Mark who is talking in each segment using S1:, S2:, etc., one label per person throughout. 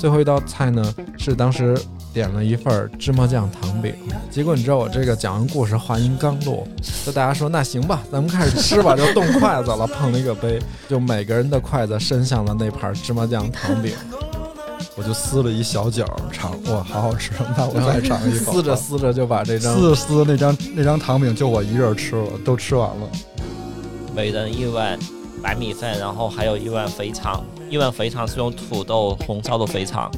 S1: 最后一道菜呢是当时点了一份儿芝麻酱糖饼，结果你知道我这个讲完故事话音刚落，就大家说那行吧，咱们开始吃吧，就动筷子了，碰了一个杯，就每个人的筷子伸向了那盘芝麻酱糖饼，
S2: 我就撕了一小角儿尝，哇，好好吃！那我再尝一口。
S1: 撕着撕着就把这张
S2: 撕撕那张那张糖饼就我一人吃了，都吃完了。
S3: 每人一碗白米饭，然后还有一碗肥肠，一碗肥肠是用土豆红烧的肥肠。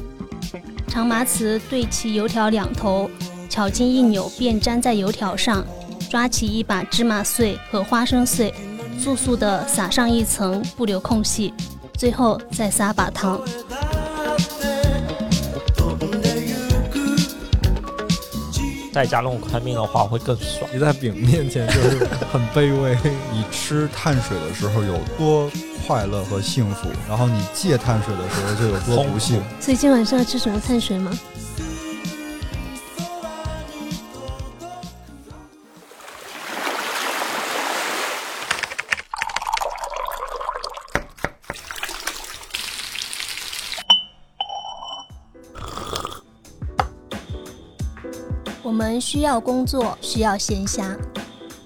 S4: 长麻糍对其油条两头，巧劲一扭便粘在油条上，抓起一把芝麻碎和花生碎，速速地撒上一层，不留空隙，最后再撒把糖。
S3: 再加弄宽面的话会更爽。
S1: 你在饼面前就是 很卑微。
S2: 你吃碳水的时候有多快乐和幸福，然后你戒碳水的时候就有多不幸。
S4: 所以今晚上要吃什么碳水吗？我们需要工作，需要闲暇，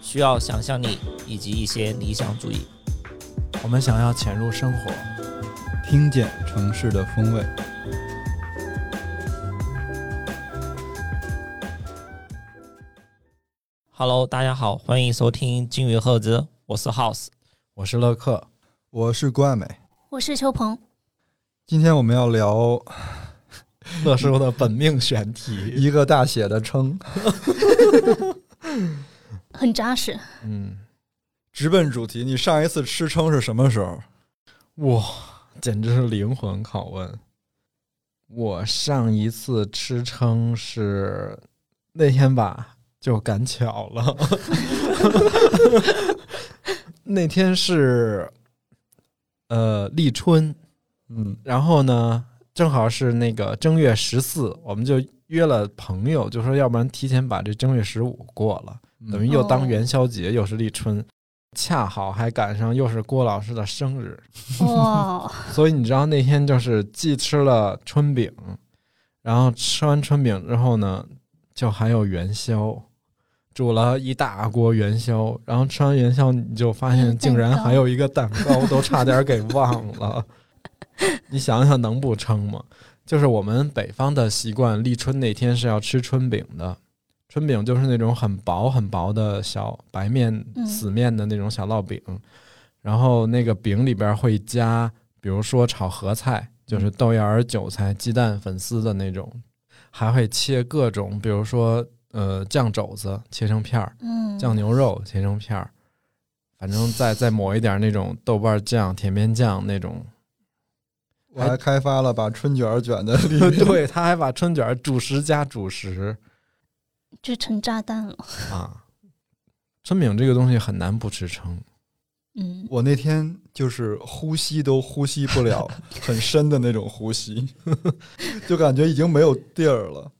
S3: 需要想象力以及一些理想主义。
S1: 我们想要潜入生活，
S2: 听见城市的风味。
S3: Hello，大家好，欢迎收听金鱼赫兹，我是 House。
S1: 我是乐克，
S2: 我是郭爱美，
S4: 我是秋鹏。
S2: 今天我们要聊
S1: 乐师傅的本命选题。
S2: 一个大写的称，
S4: 很扎 实，
S1: 嗯，
S2: 直奔主题。你上一次吃称是什么时候？
S1: 哇，简直是灵魂拷问。我上一次吃撑是那天吧，就赶巧了。 那天是呃立春，
S2: 嗯，
S1: 然后呢，正好是那个正月十四，我们就约了朋友，就说要不然提前把这正月十五过了。嗯等于又当元宵节，又是立春，恰好还赶上又是郭老师的生日，
S4: 哇，
S1: 所以你知道那天就是既吃了春饼，然后吃完春饼之后呢，就还有元宵，煮了一大锅元宵，然后吃完元宵你就发
S4: 还有
S1: 现
S4: 蛋
S1: 竟然
S4: 糕
S1: 还有一个蛋糕，都差点给忘了，你想想能不撑吗？就是我们北方的习惯，立春那天是要吃春饼的。春饼就是那种很薄很薄的小白面、
S4: 嗯
S1: 死面的那种小烙饼，然后那个饼里边会加，比如说炒合菜，就是豆芽儿、韭菜、鸡蛋、粉丝的那种，还会切各种，比如说呃酱肘子切成片儿，
S4: 嗯，
S1: 酱牛肉切成片儿，反正再再抹一点那种豆瓣酱、甜面酱那 种
S2: 我还开发了把春卷儿卷在 里面。
S1: 对，他还把春卷儿主食加主食
S4: 就成炸弹了，
S1: 啊。春饼这个东西很难不吃撑，
S4: 嗯，
S2: 我那天就是呼吸都呼吸不了很深的那种呼吸， 就感觉已经没有地儿了。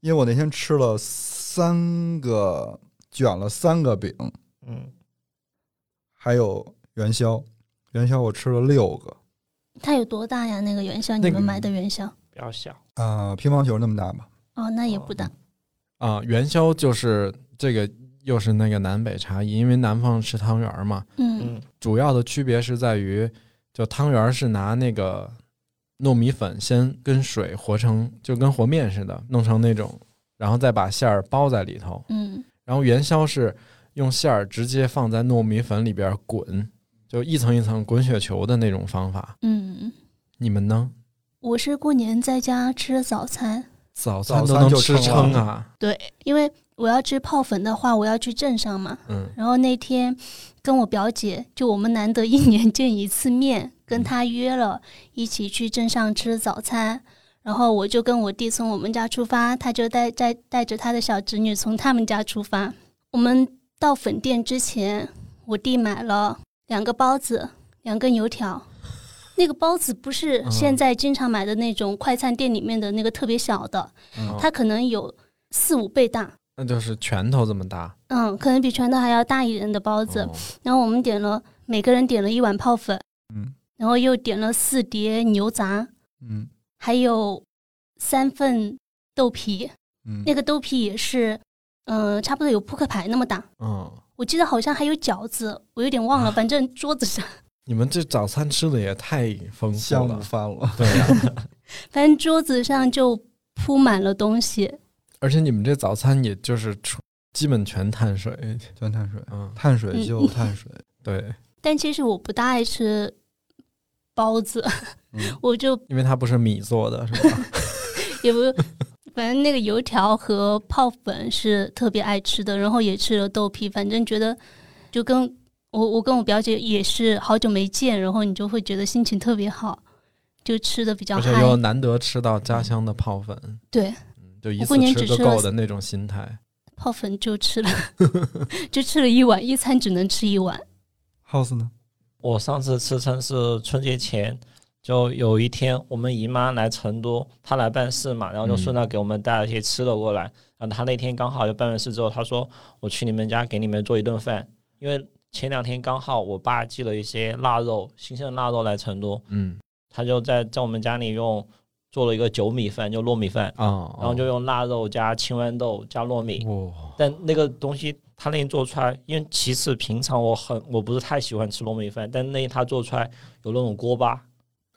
S2: 因为我那天吃了三个卷了三个饼，
S3: 嗯，
S2: 还有元宵，元宵我吃了六个，
S4: 它有多大呀？那个元宵，
S1: 那
S4: 你
S1: 个
S4: 们买的元宵？
S3: 不要笑。
S2: 啊、乒乓球那么大吧？
S4: 哦，那也不大，
S1: 啊，元宵就是这个，又是那个南北差异，因为南方吃汤圆儿嘛，
S4: 嗯
S3: 嗯，
S1: 主要的区别是在于，就汤圆儿是拿那个糯米粉先跟水和成，就跟和面似的，弄成那种，然后再把馅儿包在里头。
S4: 嗯，
S1: 然后元宵是用馅儿直接放在糯米粉里边儿滚，就一层一层滚雪球的那种方法。
S4: 嗯，
S1: 你们呢？
S4: 我是过年在家吃的早餐，
S1: 早餐
S2: 早
S1: 都
S2: 餐
S1: 能
S2: 就
S1: 吃
S2: 撑
S1: 撑
S2: 了
S1: 啊？
S4: 对，因为我要吃泡粉的话，我要去镇上嘛。
S1: 嗯，
S4: 然后那天跟我表姐，就我们难得一年见一次面，跟她约了一起去镇上吃早餐。然后我就跟我弟从我们家出发，他就带带带着他的小侄女从他们家出发。我们到粉店之前，我弟买了两个包子，两根油条。那个包子不是
S1: 嗯
S4: 现在经常买的那种快餐店里面的那个特别小的，
S2: 嗯
S4: 它可能有四五倍大，
S1: 那就是拳头这么大。
S4: 嗯，可能比拳头还要大一点的包子。
S1: 哦
S4: 然后我们点了，每个人点了一碗泡粉，
S2: 嗯
S4: 然后又点了四碟牛杂，
S2: 嗯，
S5: 还有三份豆皮，
S2: 嗯，
S5: 那个豆皮也是，嗯、差不多有扑克牌那么大。
S1: 嗯，
S5: 我记得好像还有饺子，我有点忘了，反正桌子上，
S1: 你们这早餐吃的也太丰富
S2: 香不
S1: 了，
S2: 翻了。
S1: 对呀、
S5: 反正桌子上就铺满了东西。
S1: 而且你们这早餐也就是出基本全碳水，
S2: 全碳水，
S1: 嗯，
S2: 碳水就碳水。
S1: 对，
S5: 但其实我不大爱吃包子，
S2: 嗯
S5: 我就
S1: 因为它不是米做的，是吧？
S5: 也不，反正那个油条和泡粉是特别爱吃的，然后也吃了豆皮，反正觉得就跟我我跟我表姐也是好久没见，然后你就会觉得心情特别好，就吃的比较
S1: 而
S5: 嗨
S1: 且。又难得吃到家乡的泡粉，
S5: 对，
S1: 嗯就一
S5: 我
S1: 次
S5: 过年
S1: 吃
S5: 只
S1: 个
S5: 吃了
S1: 够的那种心态。
S5: 泡粉就吃了， 就吃了一碗，一餐只能吃一碗。
S2: House 呢？
S3: 我上次吃撑是春节前，就有一天我们姨妈来成都，她来办事嘛，然后就顺道给我们带了一些吃的过来。然后她那天刚好就办完事之后，她说我去你们家给你们做一顿饭，因为前两天刚好我爸寄了一些腊肉，新鲜的腊肉来成都，
S1: 嗯
S3: 他就在在我们家里用做了一个酒米饭，就糯米饭，
S1: 啊，哦
S3: 然后就用腊肉加青豌豆加糯米，
S1: 哇，
S3: 但那个东西他那天做出来，因为其次平常我很我不是太喜欢吃糯米饭，但那天他做出来有那种锅巴，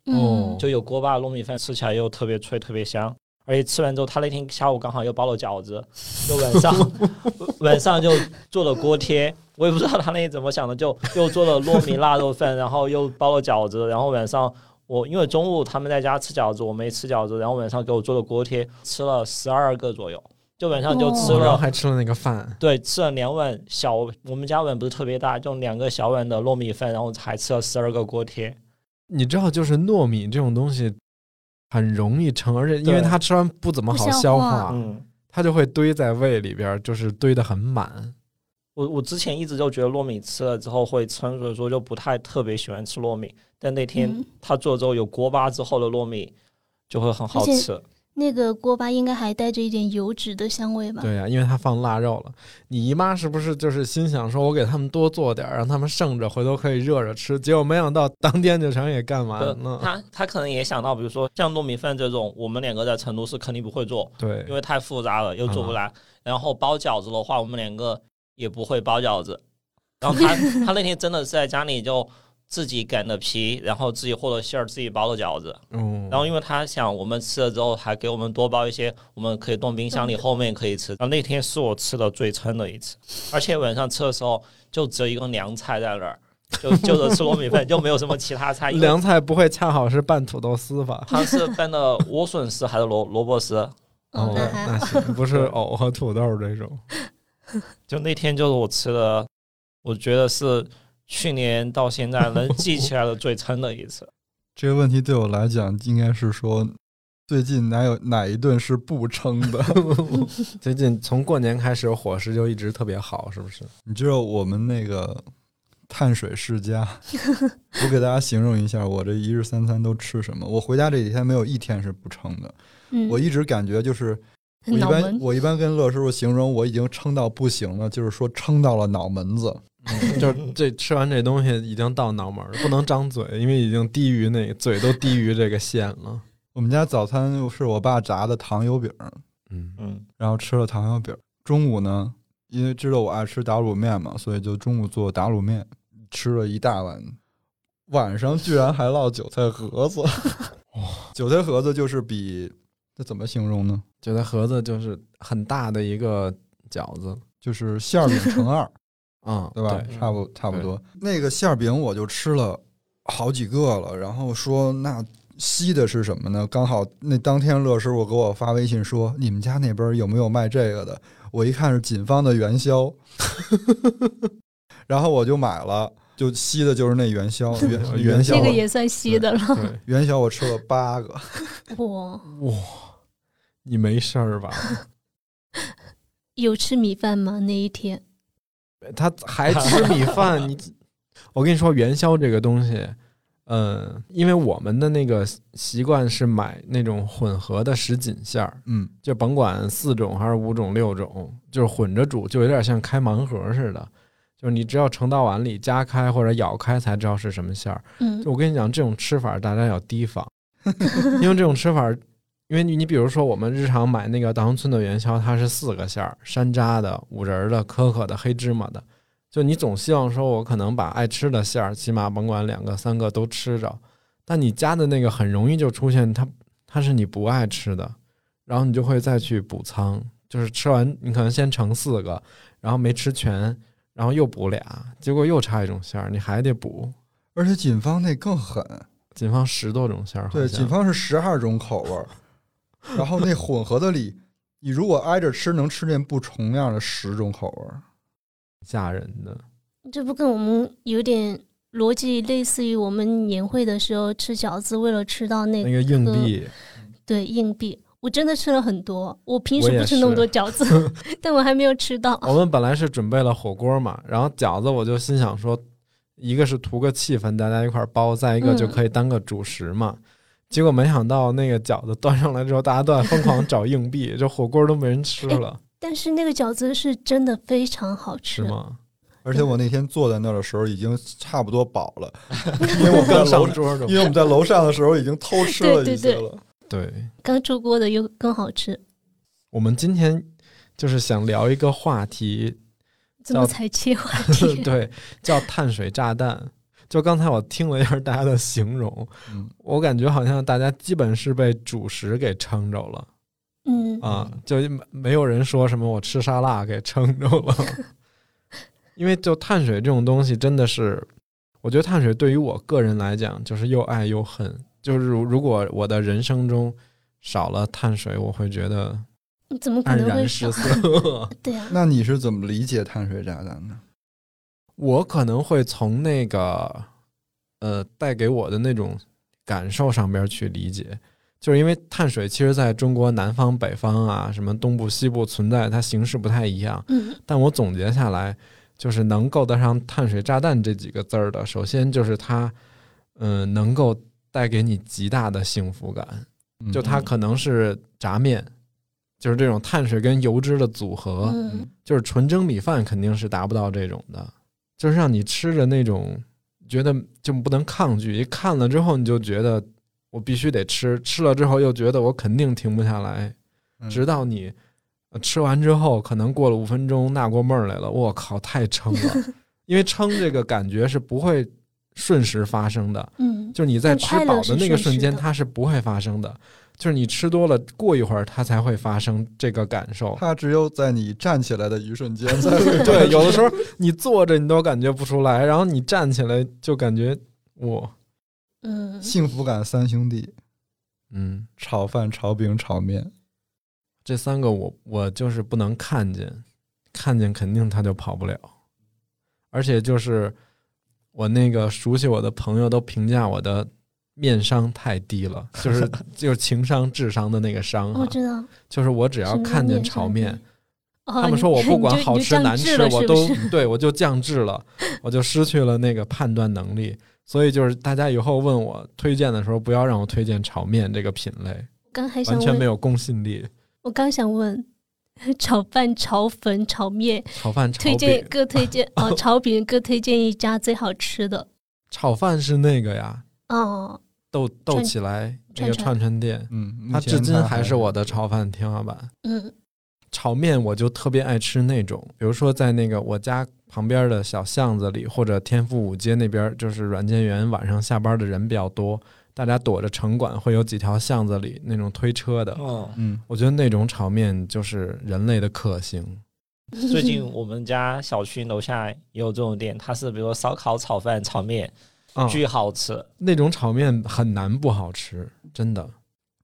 S5: 嗯，
S1: 哦
S3: 就有锅巴的糯米饭，吃起来又特别脆特别香。而且吃完之后，他那天下午刚好又包了饺子，就晚上 晚上就做了锅贴，我也不知道他那天怎么想的，就又做了糯米腊肉饭，然后又包了饺子，然后晚上我因为中午他们在家吃饺子，我没吃饺子，然后晚上给我做了锅贴，吃了十二个左右，就晚上就吃
S1: 哦然
S3: 了
S1: 后还吃了那个饭，
S3: 对，吃了两碗小，我们家碗不是特别大，就两个小碗的糯米饭，然后还吃了十二个锅贴。
S1: 你知道，就是糯米这种东西很容易撑，而且因为
S3: 对
S1: 它吃完不怎么
S5: 不
S1: 好
S5: 消
S1: 消
S5: 化
S1: 化，
S3: 嗯，
S1: 它就会堆在胃里边儿，就是堆得很满。
S3: 我我之前一直就觉得糯米吃了之后会撑，所以说就不太特别喜欢吃糯米。但那天
S5: 嗯
S3: 他做了之后有锅巴之后的糯米就会很好
S5: 而且
S3: 吃。
S5: 那个锅巴应该还带着一点油脂的香味吧？
S1: 对呀、因为它放腊肉了。你姨妈是不是就是心想说，我给他们多做点儿，让他们剩着，回头可以热着吃？结果没想到当天就全给干完
S3: 呃
S1: 了。
S3: 他他可能也想到，比如说像糯米饭这种，我们两个在成都是肯定不会做，因
S1: 对，嗯
S3: 为太复杂了，又做不来。然后包饺子的话，我们两个也不会包饺 子。然后他他那天真的是在家里就自己擀的皮，然后自己和的馅儿，自己包的饺子。
S1: 嗯，
S3: 然后因为他想我们吃了之后，还给我们多包一些，我们可以冻冰箱里，
S5: 冻
S3: 后面可以吃。然后那天是我吃的最撑的一次，而且晚上吃的时候就只有一个凉菜在那儿，就就着吃糯米饭，就没有什么其他菜。因为
S1: 凉菜不会恰好是拌土豆丝吧？
S3: 他是拌的莴笋丝还是萝萝卜丝？
S5: 哦，那还
S1: 那行，不是藕和土豆这种。
S3: 就那天就是我吃的，我觉得是去年到现在能记起来的最撑的一次。
S2: 这个问题对我来讲，应该是说，最近哪有哪一顿是不撑的？
S1: 最近从过年开始，伙食就一直特别好，是不是？
S2: 你知道我们那个碳水世家，我给大家形容一下，我这一日三餐都吃什么。我回家这几天没有一天是不撑的，
S5: 嗯，
S2: 我一直感觉就是我
S5: 很
S2: 一
S5: 脑
S2: 般
S5: 门，
S2: 我一般跟乐师傅形容我已经撑到不行了，就是说撑到了脑门子。
S1: 就是这吃完这东西已经到脑门儿了，不能张嘴，因为已经低于那个嘴都低于这个线了。
S2: 我们家早餐是我爸炸的糖油饼，
S1: 嗯，
S3: 嗯，
S2: 然后吃了糖油饼。中午呢，因为知道我爱吃打卤面嘛，所以就中午做打卤面，吃了一大碗。晚上居然还烙韭菜盒子，韭菜盒子就是比这怎么形容呢？
S1: 韭菜盒子就是很大的一个饺子，
S2: 就是馅儿饼乘二，
S1: 嗯，
S2: 对吧？差不差不多。那个馅儿饼我就吃了好几个了，然后说那稀的是什么呢？刚好那当天乐师傅给我发微信说，你们家那边有没有卖这个的？我一看是锦芳的元宵， 然后我就买了，就稀的就是那元宵，元哦元宵啊
S5: 这个
S2: 我
S5: 也算稀的了。
S1: 对，
S2: 元宵我吃了八个，
S5: 哇，
S1: 你没事儿吧？
S5: 有吃米饭吗？那一天？
S1: 他还吃米饭，你 我跟你说，元宵这个东西，嗯，因为我们的那个习惯是买那种混合的什锦馅儿，
S2: 嗯，
S1: 就甭管四种还是五种、六种，就是混着煮，就有点像开盲盒似的。就是你只要盛到碗里，夹开或者咬开才知道是什么馅儿。
S5: 嗯
S1: 就我跟你讲，这种吃法大家要提防， 因为这种吃法，因为你你比如说我们日常买那个大红村的元宵，它是四个馅儿：山楂的、五仁儿的、可可的、黑芝麻的。就你总希望说，我可能把爱吃的馅儿，起码甭管两个三个都吃着。但你加的那个很容易就出现它它是你不爱吃的，然后你就会再去补仓，就是吃完你可能先盛四个，然后没吃全，然后又补俩，结果又差一种馅儿，你还得补。
S2: 而且警方那更狠，
S1: 警方十多种馅儿，好
S2: 对，
S1: 像
S2: 警方是十二种口味儿，然后那混合的里，你如果挨着吃，能吃见不重样的十种口味儿。
S1: 吓人的。
S5: 这不跟我们有点逻辑类似于我们年会的时候吃饺子，为了吃到那
S1: 那个硬币，
S5: 对硬币，我真的吃了很多。我平时
S1: 我也
S5: 不吃那么
S1: 是
S5: 多饺 子，但我还没有吃到。
S1: 我们本来是准备了火锅嘛，然后饺子我就心想说，一个是图个气氛，大家一块儿包；再一个
S5: 嗯
S1: 就可以当个主食嘛。结果没想到那个饺子端上来之后，大 家都在疯狂找硬币，这火锅都没人吃了，
S5: 但是那个饺子是真的非常好吃
S1: 是，吗？
S2: 而且我那天坐在那儿的时候，已经差不多饱 了，因为我们在
S1: 刚
S2: 楼
S1: 上，桌就
S2: 因为我们在楼上的时候已经偷吃了一些
S5: 对对
S2: 了。
S1: 对。
S5: 刚出锅的又更好吃。
S1: 我们今天就是想聊一个话题，
S5: 怎么
S1: 叫
S5: 才切话题？
S1: 对，叫碳水炸弹。就刚才我听了一下大家的形容，
S2: 嗯，
S1: 我感觉好像大家基本是被主食给撑着了
S5: 嗯，
S1: 啊，就没有人说什么我吃沙拉给撑 着了，因为就碳水这种东西真的是，我觉得碳水对于我个人来讲就是又爱又恨，就是如如果我的人生中少了碳水，我会觉得
S5: 怎么可
S1: 黯
S5: 能会
S1: 然
S5: 少
S1: 失？色。
S5: 对呀、啊，
S2: 那你是怎么理解碳水炸弹的？
S1: 我可能会从那个呃带给我的那种感受上边去理解，就是因为碳水其实在中国南方、北方啊，什么东部、西部存在，它形式不太一样。
S5: 嗯，
S1: 但我总结下来，就是能够得上“碳水炸弹”这几个字儿的，首先就是它，嗯、能够带给你极大的幸福感。
S2: 嗯
S1: 就它可能是炸面，就是这种碳水跟油脂的组合。
S5: 嗯，
S1: 就是纯蒸米饭肯定是达不到这种的，就是让你吃着那种觉得就不能抗拒，一看了之后你就觉得我必须得吃，吃了之后又觉得我肯定停不下来，
S2: 嗯
S1: 直到你呃吃完之后，可能过了五分钟纳过闷儿来了，我靠，太撑 了，因为撑这个感觉是不会瞬时发生的，
S5: 嗯，
S1: 就是你在
S5: 但
S1: 吃
S5: 快乐
S1: 饱
S5: 是
S1: 的那个
S5: 瞬
S1: 瞬
S5: 时
S1: 间
S5: 的
S1: 它是不会发生的，就是你吃多了过一会儿它才会发生这个感受。
S2: 它只有在你站起来的一 瞬间才会
S1: 对，有 的时候你坐着你都感觉不出来，然后你站起来就感觉我，
S5: 嗯，
S2: 幸福感三兄弟：
S1: 嗯，
S2: 炒饭、炒饼、炒面。
S1: 这三个我我就是不能看见，看见肯定他就跑不了，而且就是我那个熟悉我的朋友都评价我的面商太低了，就是 就是情商智商的那个商、
S5: 我
S1: 啊，
S5: 知道。
S1: 就是我只要
S5: 哦什么叫
S1: 看见
S5: 面
S1: 炒
S5: 上
S1: 面
S5: 帝。，哦
S1: 他们说我
S5: 你
S1: 不管
S5: 你就
S1: 好
S5: 你就
S1: 吃
S5: 降
S1: 难
S5: 智
S1: 吃，
S5: 了
S1: 我
S5: 是不
S1: 都
S5: 是
S1: 对我就降智了，我就失去了那个判断能力。所以就是大家以后问我推荐的时候，不要让我推荐炒面这个品类，
S5: 刚还想
S1: 完全没
S5: 问，
S1: 有公信力。
S5: 我刚想问， 炒饭、炒粉、炒面，
S1: 炒饭、炒
S5: 推荐
S1: 饼、
S5: 各推荐哦， 炒饼各推荐一家最好吃的
S1: 炒饭是那个呀，
S5: 哦。
S1: 斗斗
S5: 串
S1: 起来那
S5: 串
S1: 个
S5: 串
S1: 串串店，
S2: 嗯，
S1: 它
S2: 目前
S1: 至今
S2: 它
S1: 还是我的炒饭天花板。
S5: 嗯，
S1: 炒面我就特别爱吃那种，比如说在那个我家旁边的小巷子里，或者天府五街那边，就是软件园晚上下班的人比较多，大家躲着城管，会有几条巷子里那种推车的。
S3: 嗯，
S2: 嗯，
S1: 我觉得那种炒面就是人类的克星，
S3: 最近我们家小区楼下也有这种店，它是比如说烧烤、炒饭、炒面，
S1: 啊、
S3: 巨好吃。
S1: 那种炒面很难不好吃，真的。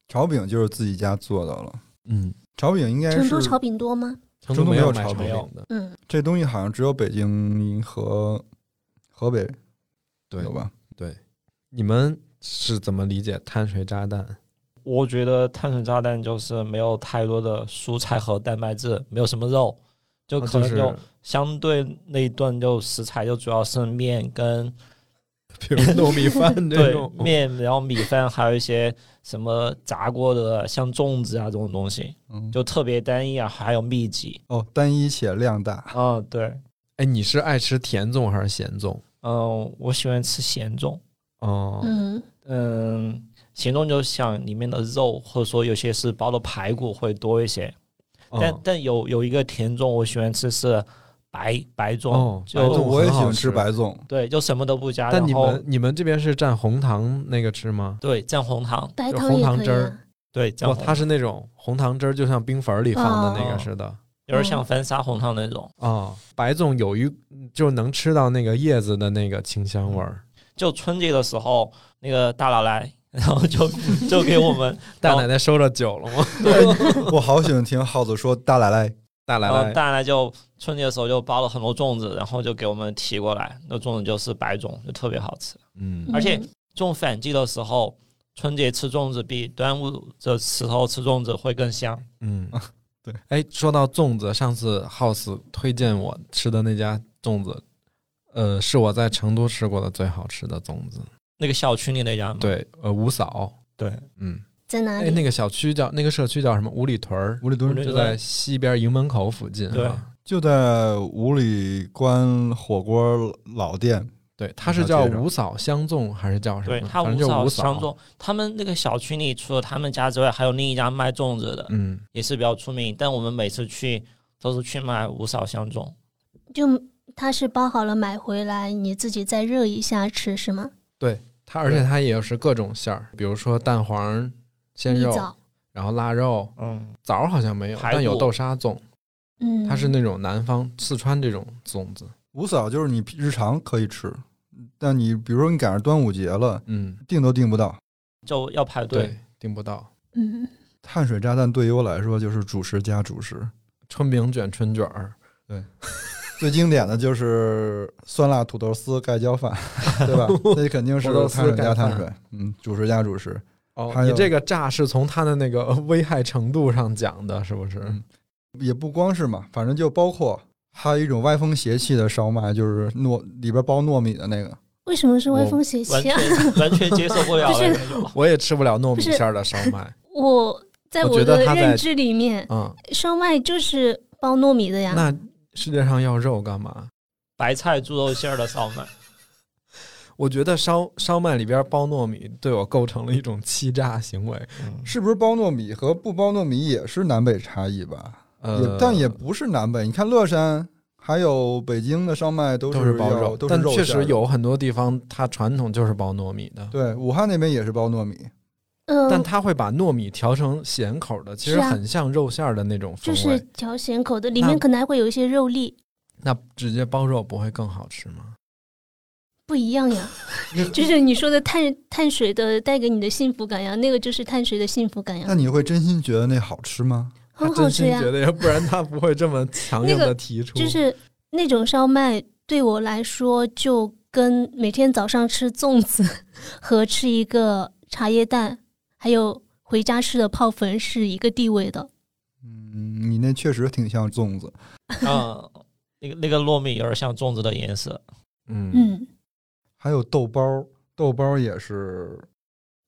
S2: 炒饼就是自己家做的了。
S1: 嗯，
S2: 炒饼应该
S5: 成
S2: 是
S5: 都炒饼多吗？
S1: 成
S2: 成都
S1: 没
S2: 没
S1: 有
S2: 有
S1: 卖炒
S2: 炒
S3: 饼
S1: 饼的，
S5: 嗯，
S2: 这东西好像只有北京和河北
S1: 对
S2: 有吧？
S1: 你们是怎么理解碳水炸弹？
S3: 我觉得碳水炸弹就是没有太多的蔬菜和蛋白质，没有什么肉，就可
S1: 啊就
S3: 能
S1: 是
S3: 就相对那一顿就食材就主要是面跟
S1: 比如糯米 饭这
S3: 对
S1: 种，
S3: 面，然后米饭，还有一些什么炸过的像粽子啊这种东西，
S2: 嗯，
S3: 就特别单一啊，还有密集。
S2: 哦，单一且量大。
S3: 嗯，对，
S1: 哎，你是爱吃甜粽还是咸粽？
S3: 呃嗯，我喜欢吃咸粽。
S1: 哦，
S5: 嗯，
S3: 嗯，形状就像里面的肉，或者说有些是包的排骨会多一些。但
S1: 嗯
S3: 但有有一个甜粽，我喜欢吃是白白粽，
S1: 哦
S3: 就
S1: 白
S2: 哦
S1: 粽
S2: 我也喜
S1: 很好
S2: 欢
S1: 吃
S2: 吃白粽，
S3: 对，就什么都不加，
S1: 但
S3: 然
S1: 你
S3: 后
S1: 们你们这边是蘸红糖那个吃吗？
S3: 对蘸红糖，
S5: 白
S1: 就
S5: 糖
S1: 红
S5: 也
S1: 糖
S5: 可以
S1: 汁儿
S5: 啊。
S3: 对蘸
S1: 不，
S3: 红糖
S1: 它是那种红糖汁儿，就像冰粉儿里放的那个似的。
S3: 有点像翻砂红糖那种。
S1: 哦，白粽有一嗯就能吃到那个叶子的那个清香味
S3: 嗯
S1: 儿。
S3: 就春节的时候，那个大奶奶，然后就 就给我们
S1: 大奶奶收着酒了吗？
S2: 我好喜欢听耗子说大奶奶，
S1: 大奶
S3: 然后
S1: 奶，
S3: 大奶就春节的时候就包了很多粽子，然后就给我们提过来。那粽子就是白粽，就特别好吃。
S1: 嗯
S3: 而且
S5: 嗯
S3: 种反季的时候，春节吃粽子比端午的时候吃粽子会更香。
S1: 嗯，
S2: 对。
S1: 哎，说到粽子，上次 House 推荐我吃的那家粽子，呃，是我在成都吃过的最好吃的粽子。
S3: 那个小区里那家嘛，
S1: 对，呃，五嫂，
S3: 对，
S1: 嗯，
S5: 在哪
S1: 哎，
S5: 里？
S1: 那个小区叫那个社区叫什么？五里屯儿，
S2: 五里
S3: 五
S2: 墩
S3: 里
S1: 就在西边营门口附近。
S3: 对
S1: 啊
S2: 就在五里关火锅老店，
S1: 对，它是
S2: 了
S1: 叫
S2: 解了
S1: 五嫂香粽还是叫什么？
S3: 对他
S1: 反正就
S3: 五嫂
S1: 五
S3: 相粽，他们那个小区里除了他们家之外，还有另一家卖粽子的，
S1: 嗯，
S3: 也是比较出名。但我们每次去都是去买五嫂香粽，
S5: 就它是包好了买回来，你自己再热一下吃是吗？
S1: 它而且它也是各种馅儿，比如说蛋黄、鲜
S5: 蜜
S1: 肉，
S5: 枣，
S1: 然后腊肉、
S3: 嗯，
S1: 枣儿好像没有，
S3: 排骨
S1: 但有豆沙粽，
S5: 嗯，
S1: 它是那种南方四川这种粽子。
S2: 五嫂就是你日常可以吃，但你比如说你赶上端午节了，
S1: 嗯，
S2: 订都订不到。
S3: 就要排队。
S1: 对，订不到
S5: 嗯，
S2: 碳水炸弹对于我来说就是主食加主食，
S1: 春饼卷春卷儿。
S2: 最经典的就是酸辣土豆丝盖浇饭，对 吧？那肯定是
S1: 土豆丝
S2: 碳水加
S1: 盖饭
S2: 碳水，嗯，主食加主食。
S1: 哦
S2: 还，有
S1: 你这个炸是从它的那个危害程度上讲的，是不是？
S2: 嗯也不光是嘛，反正就包括还有一种歪风邪气的烧麦，就是糯里边包糯米的那个。
S5: 为什么是
S1: 我
S5: 歪风邪
S3: 完
S5: 气
S3: 全
S5: 啊？
S3: 完全接受不了
S5: 不是
S3: 的那种。
S1: 我也吃不了糯米
S5: 不是
S1: 馅儿的烧 麦。
S5: 我在
S1: 我觉得
S5: 的
S1: 它在
S5: 认知里面，
S1: 嗯，
S5: 烧麦就是包糯米的呀。
S1: 那世界上要肉干嘛？
S3: 白菜猪肉馅儿的烧麦，
S1: 我觉得烧烧麦里边包糯米对我构成了一种欺诈行为。
S2: 是不是包糯米和不包糯米也是南北差异吧？
S1: 呃
S2: 也，但也不是南北，你看乐山还有北京的烧麦都
S1: 都
S2: 是
S1: 包
S2: 要
S1: 肉，
S2: 都是
S1: 但
S2: 肉
S1: 确
S2: 馅儿
S1: 实
S2: 的。
S1: 有很多地方它传统就是包糯米的，
S2: 对，武汉那边也是包糯米，
S1: 但
S5: 嗯，
S1: 它会把糯米调成咸口的，其
S5: 是
S1: 实
S5: 啊
S1: 很像肉馅儿的那种风
S5: 就
S1: 味。
S5: 是调咸口的，里
S1: 那
S5: 面可能还会有一些肉粒，
S1: 那直接包肉不会更好吃吗？
S5: 不一样 呀。就是你说的碳碳水的带给你的幸福感呀，那个就是碳水的幸福感
S2: 那
S5: 呀，
S2: 你会真心觉得那好吃吗？
S1: 他
S5: 很好
S1: 真
S5: 吃
S1: 心
S5: 呀
S1: 觉。得呀，不然他不会这么强硬
S5: 那
S1: 的
S5: 个
S1: 提出。
S5: 就是那种烧麦对我来说，就跟每天早上吃粽子和吃一个茶叶蛋，还有回家吃的泡粉是一个地位的。
S2: 嗯，你那确实挺像粽子。
S3: 嗯，那个那个糯米有点像粽子的颜色，
S1: 嗯
S5: 嗯，
S2: 还有豆包，豆包也是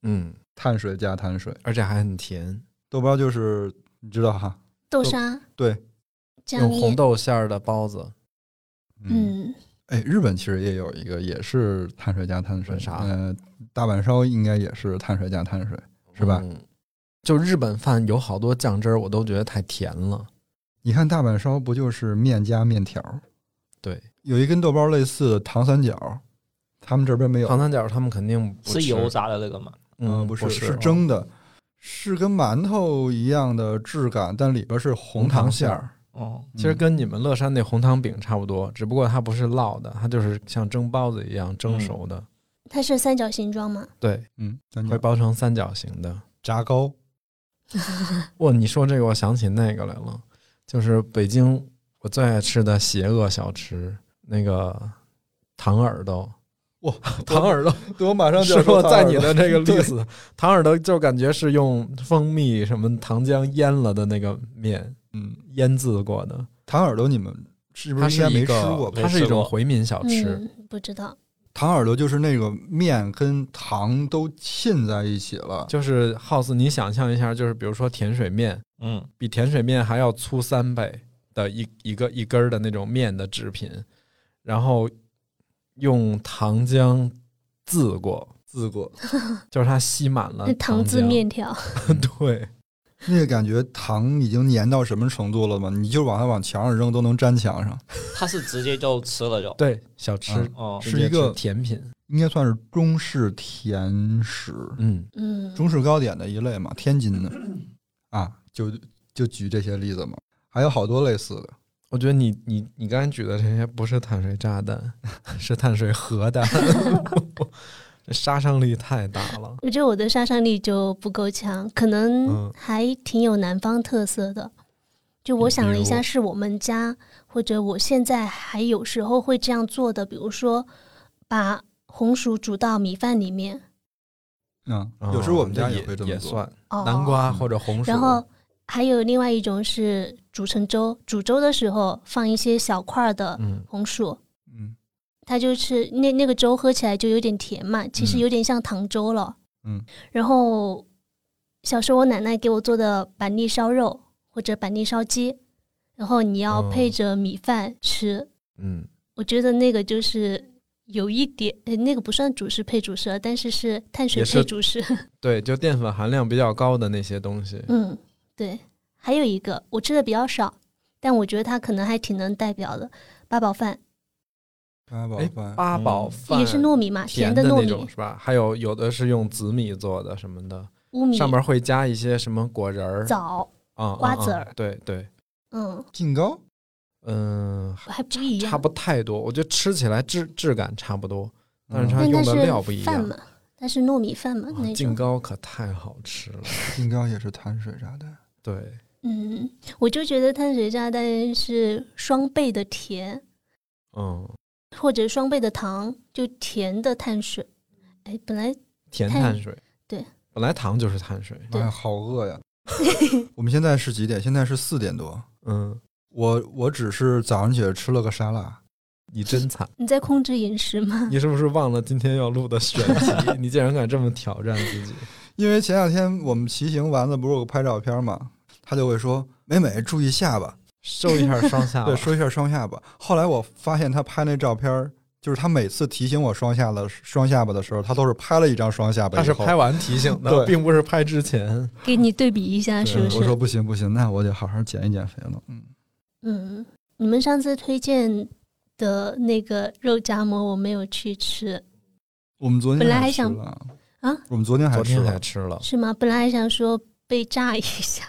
S1: 嗯，
S2: 碳水加碳水，
S1: 而且还很甜，
S2: 豆包就是你知道哈，
S5: 豆沙
S2: 对，
S5: 加
S1: 用红
S5: 面，
S1: 豆馅儿的包子，
S5: 嗯，
S2: 哎，日本其实也有一个，也是碳水加碳水
S1: 本，啥
S2: 呃，大阪烧应该也是碳水加碳水，是吧？
S1: 嗯就日本饭有好多酱汁儿，我都觉得太甜了。
S2: 你看大阪烧不就是面加面条儿？
S1: 对，
S2: 有一跟豆包类似的糖三角，他们这边没有，
S1: 糖三角他们肯定不
S3: 是
S1: 吃
S3: 油，炸的那个吗？
S2: 嗯，
S1: 嗯，
S2: 不
S1: 是
S2: 是，是
S1: 嗯
S2: 蒸的，是跟馒头一样的质感，但里边是红
S1: 红糖
S2: 糖
S1: 馅
S2: 馅
S1: 儿
S2: 儿。嗯
S3: 哦，
S1: 其实跟你们乐山那红糖饼差不多，只不过它不是烙的，它就是像蒸包子一样蒸熟的，
S5: 它是三角形状吗？
S1: 对，
S2: 嗯，三
S1: 会
S2: 角
S1: 包成三角形的。
S2: 炸糕，
S1: 哇，哦你说这个，我想起那个来了，就是北京我最爱吃的邪恶小吃，那个糖耳朵。
S2: 哇，
S1: 糖耳朵
S2: 对我马上就要
S1: 是
S2: 说
S1: 我
S2: 糖
S1: 在
S2: 耳
S1: 你的
S2: 朵
S1: 这个
S2: 对
S1: 例子，糖耳朵就感觉是用蜂蜜什么糖浆腌了的那个面
S2: 嗯，
S1: 腌制过的，
S2: 糖耳朵你们是不
S1: 它
S2: 是应该
S1: 是一
S2: 没吃
S1: 个
S2: 过吧？
S1: 它是一
S3: 没吃
S1: 种
S3: 过
S1: 回民小吃，
S5: 嗯，不知道。
S2: 糖耳朵就是那个面跟糖都浸在一起了，
S1: 就是 House，你想象一下，就是比如说甜水面，
S3: 嗯，
S1: 比甜水面还要粗三倍的一一个一根儿的那种面的制品，然后用糖浆渍过，
S2: 滋过，
S1: 就是它吸满了
S4: 那糖渍
S1: 浆，
S4: 面条，
S1: 对，
S2: 那个感觉糖已经粘到什么程度了吗？你就往它往墙上扔都能粘墙上，
S3: 他是直接就吃了就，
S1: 对，小吃、
S2: 嗯
S3: 哦，
S1: 直接
S2: 是一个
S1: 吃甜品，
S2: 应该算是中式甜食，
S1: 嗯，
S4: 嗯，
S2: 中式糕点的一类嘛，天津的啊，就就举这些例子嘛，还有好多类似的。
S1: 我觉得你你你刚才举的这些不是碳水炸弹， 是碳水核弹， 这杀伤力太大了。
S4: 我觉得我的杀伤力就不够强，可能
S1: 嗯
S4: 还挺有南方特色的。就我想了一
S1: 比
S4: 下，
S1: 如
S4: 是我们家或者我现在还有时候会这样做的，比如说把红薯煮到米饭里面，
S2: 嗯，
S1: 啊
S2: 有时候我们家
S1: 这
S2: 也
S1: 也
S2: 会这
S1: 也
S2: 么做。
S1: 算
S4: 哦
S1: 南瓜或者红薯，
S4: 然后还有另外一种是煮成粥，煮粥的时候放一些小块儿的
S1: 嗯，
S4: 红薯，
S2: 嗯
S4: 它就是那那个粥喝起来就有点甜嘛，其实
S2: 嗯
S4: 有点像糖粥了。
S2: 嗯，
S4: 然后小时候我奶奶给我做的板栗烧肉或者板栗烧鸡，然后你要
S1: 哦
S4: 配着米饭吃，
S1: 嗯，
S4: 我觉得那个就是。有一点，呃那个不算主食配主食了，但是是碳水
S1: 也是
S4: 配主食。
S1: 对，就淀粉含量比较高的那些东西，
S4: 嗯，对，还有一个我吃的比较少，但我觉得它可能还挺能代表的八宝饭，
S2: 八宝
S1: 哎
S2: 饭，
S1: 八宝
S3: 嗯
S1: 饭
S4: 也是糯米嘛，
S1: 甜
S4: 的糯
S1: 那种
S4: 米、
S1: 是吧？还有有的是用紫米做的什么的，
S4: 乌米、
S1: 上面会加一些什么果仁儿
S4: 嗯枣，
S1: 啊、嗯
S4: 瓜子
S1: 嗯
S4: 儿
S1: 对对，
S4: 嗯，
S2: 净糕，
S1: 嗯，
S4: 还不一样。
S1: 差不太多。我觉得吃起来质质感差不多，但是它
S2: 嗯
S4: 但
S1: 用
S4: 它
S1: 的料不
S4: 是
S1: 一样
S4: 饭。嘛，它是糯米饭嘛，
S1: 啊
S4: 嗯那
S1: 净
S4: 种。
S1: 糕可太好吃了，
S2: 净糕也是碳水炸弹。
S1: 对，
S4: 嗯，我就觉得碳水炸弹是双倍的甜，
S1: 嗯，
S4: 或者双倍的糖，就甜的碳水。哎，本来
S1: 甜
S4: 碳
S1: 碳水，
S4: 对，
S1: 本来糖就是碳水，
S4: 对
S2: 哎，好饿呀！我们现在是几点？现在是四点多。
S1: 嗯，
S2: 我我只是早上起来吃了个沙拉，
S1: 你真惨，
S4: 你在控制饮食吗？
S1: 你是不是忘了今天要录的选 题？你竟然敢这么挑战自己，
S2: 因为前两天我们骑行完了，不是有个拍照片嘛，他就会说美美注意下巴，
S1: 收一下双 下巴
S2: 对，，说一下双下巴。后来我发现他拍那照片儿，就是他每次提醒我双下的双下巴的时候，他都是拍了一张双下巴
S1: 他
S2: 以
S1: 是
S2: 后，
S1: 拍完提醒的，
S2: 对
S1: 并不是拍之前。
S4: 给你对比一下，是
S2: 对
S4: 不
S2: 嗯
S4: 是？
S2: 我说不行不行，那我得好好减一减肥了。嗯，
S4: 嗯，你们上次推荐的那个肉夹馍我没有去吃，
S2: 我们昨天
S4: 本来还
S2: 吃
S4: 想
S2: 了
S4: 啊，
S2: 我们昨天还
S1: 昨
S2: 吃
S1: 天
S2: 了
S1: 还吃了，
S4: 是吗？本来还想说被炸一下，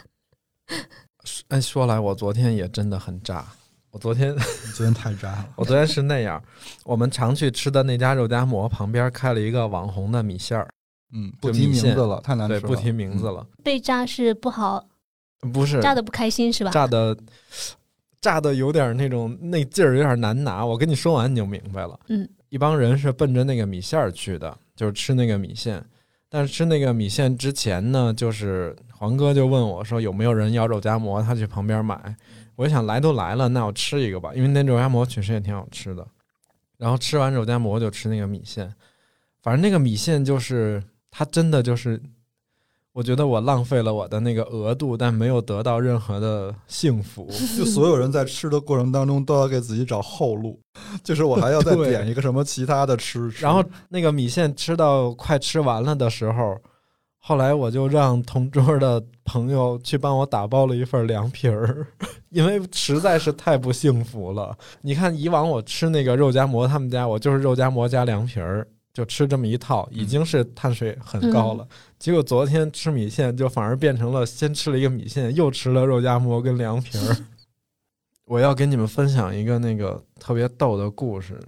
S1: 哎，说来我昨天也真的很炸。我昨天，
S2: 昨天太渣了
S1: 我昨天是那样，我们常去吃的那家肉夹馍旁边开了一个网红的米线儿，
S2: 嗯，不
S1: 就
S2: 提
S1: 米
S2: 名
S1: 线
S2: 字了，太难吃
S1: 对，
S2: 了，
S1: 不提名字了，嗯
S4: 被炸是不好，
S1: 不是
S4: 炸的不开心是吧？
S1: 炸的炸的有点那种那劲儿有点难拿。我跟你说完你就明白了。
S4: 嗯，
S1: 一帮人是奔着那个米线儿去的，就是吃那个米线。但是吃那个米线之前呢，就是黄哥就问我说有没有人要肉夹馍，他去旁边买。我想来都来了，那我吃一个吧，因为那肉夹馍确实也挺好吃的。然后吃完肉夹馍就吃那个米线，反正那个米线就是它真的就是我觉得我浪费了我的那个额度，但没有得到任何的幸福。
S2: 就所有人在吃的过程当中都要给自己找后路，就是我还要再
S1: 对
S2: 点一个什么其他的吃，吃
S1: 然后那个米线吃到快吃完了的时候，后来我就让同桌的朋友去帮我打包了一份凉皮儿， 因为实在是太不幸福了。你看，以往我吃那个肉夹馍，他们家我就是肉夹馍加凉皮儿。就吃这么一套，已经是碳水很高了。结果昨天吃米线，就反而变成了先吃了一个米线，又吃了肉夹馍跟凉皮儿。我要跟你们分享一个那个特别逗的故事。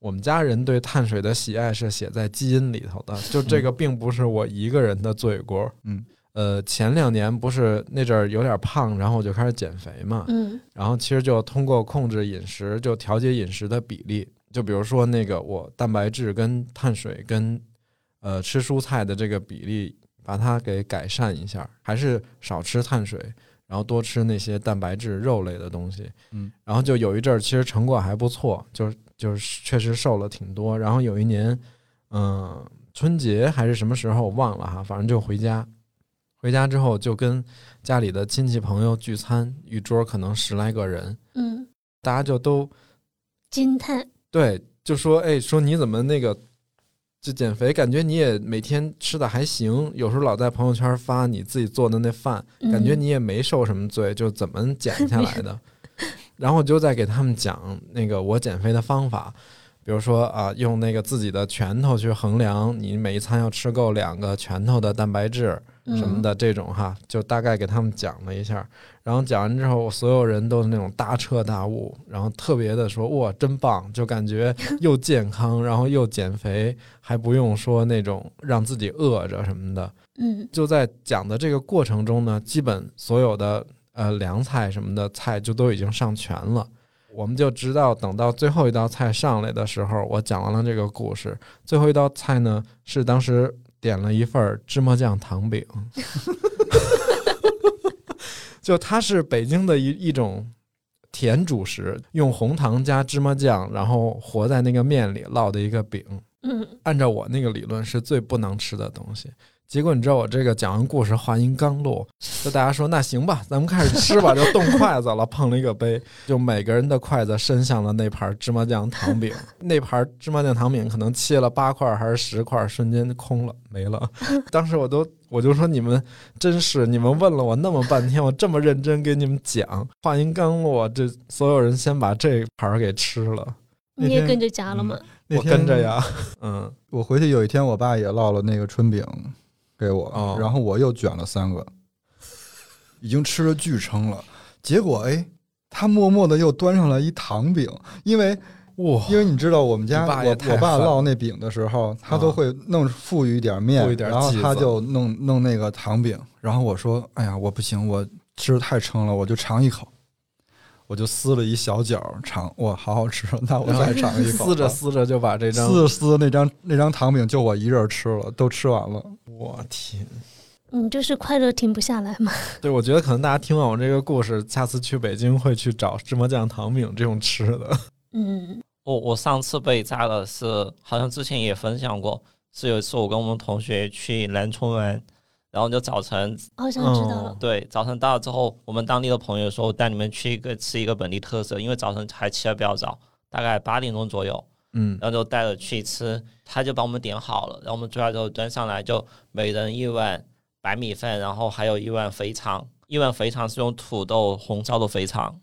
S1: 我们家人对碳水的喜爱是写在基因里头的， 就这个并不是我一个人的罪过。
S2: 嗯，
S1: 呃，前两年不是那阵儿有点胖，然后我就开始减肥嘛，
S4: 嗯
S1: 然后其实就通过控制饮食，就调节饮食的比例。就比如说那个我蛋白质跟碳水跟呃吃蔬菜的这个比例，把它给改善一下，还是少吃碳水，然后多吃那些蛋白质、肉类的东西。
S2: 嗯，
S1: 然后就有一阵儿其实成果还不错，就是就是确实瘦了挺多。然后有一年，嗯、春节还是什么时候我忘了哈，反正就回家。回家之后就跟家里的亲戚朋友聚餐，一桌可能十来个人，
S4: 嗯，
S1: 大家就都
S4: 惊叹，
S1: 对，就说哎，说你怎么那个就减肥，感觉你也每天吃的还行，有时候老在朋友圈发你自己做的那饭，
S4: 嗯
S1: 感觉你也没受什么罪，就怎么减下来的。然后我就在给他们讲那个我减肥的方法，比如说啊，用那个自己的拳头去衡量你每一餐要吃够两个拳头的蛋白质什
S4: 嗯
S1: 么的这种哈，就大概给他们讲了一下。然后讲完之后，所有人都是那种大彻大悟，然后特别的说哇真棒，就感觉又健康，然后又减肥，还不用说那种让自己饿着什么的。
S4: 嗯
S1: 就在讲的这个过程中呢，基本所有的呃凉菜什么的菜就都已经上全了。我们就直到等到最后一道菜上来的时候，我讲完了这个故事。最后一道菜呢是当时点了一份儿芝麻酱糖饼， 就它是北京的一一种甜主食，用红糖加芝麻酱，然后和在那个面里烙的一个饼。
S4: 嗯
S1: 按照我那个理论是最不能吃的东西。结果你知道我这个讲完故事话音刚落，就大家说那行吧，咱们开始吃吧，就动筷子了，碰了一个杯，就每个人的筷子伸向了那盘芝麻酱糖 饼，那盘芝麻酱糖饼可能切了八块还是十块，瞬间空了没了。当时我都我就说你们真是你们问了我那么半天，我这么认真给你们讲，话音刚落，这所有人先把这盘儿给吃了，
S2: 那
S4: 你也
S2: 天
S4: 跟着夹了吗？
S2: 那
S1: 我
S2: 天
S1: 跟着呀，嗯。
S2: 我回去有一天，我爸也烙了那个春饼给我，
S1: 哦
S2: 然后我又卷了三个，已经吃的巨撑了。结果哎，他默默的又端上来一糖饼，因为
S1: 哇，
S2: 因为你知道我们家
S1: 你爸
S2: 我
S1: 也太
S2: 我爸
S1: 狠
S2: 烙那饼的时候，他
S1: 啊
S2: 都会弄富裕一点面，
S1: 富一点
S2: 然后
S1: 剂
S2: 他
S1: 子
S2: 就弄弄那个糖饼。然后我说：“哎呀，我不行，我吃的太撑了，我就尝一口。”我就撕了一小角儿尝，哇，好好吃！那我再尝一口吧，
S1: 撕着撕着就把这张，
S2: 撕撕那张那张糖饼就我一人吃了，都吃完了。
S1: 我天！
S4: 你嗯就是快乐停不下来嘛。
S1: 对，我觉得可能大家听完我这个故事，下次去北京会去找芝麻酱糖饼这种吃的。
S4: 嗯
S3: 我我上次被炸的是，好像之前也分享过，是有一次我跟我们同学去南充玩，然后就早晨
S4: 好像知道了。
S1: 嗯，
S3: 对早晨到了之后，我们当地的朋友说，我带你们去一个吃一个本地特色，因为早晨还起得比较早，大概八点钟左右，
S1: 嗯，
S3: 然后就带着去吃，他就把我们点好了，然后我们出来之后端上来就每人一碗白米饭，然后还有一碗肥肠，一碗肥肠是用土豆红烧的肥肠，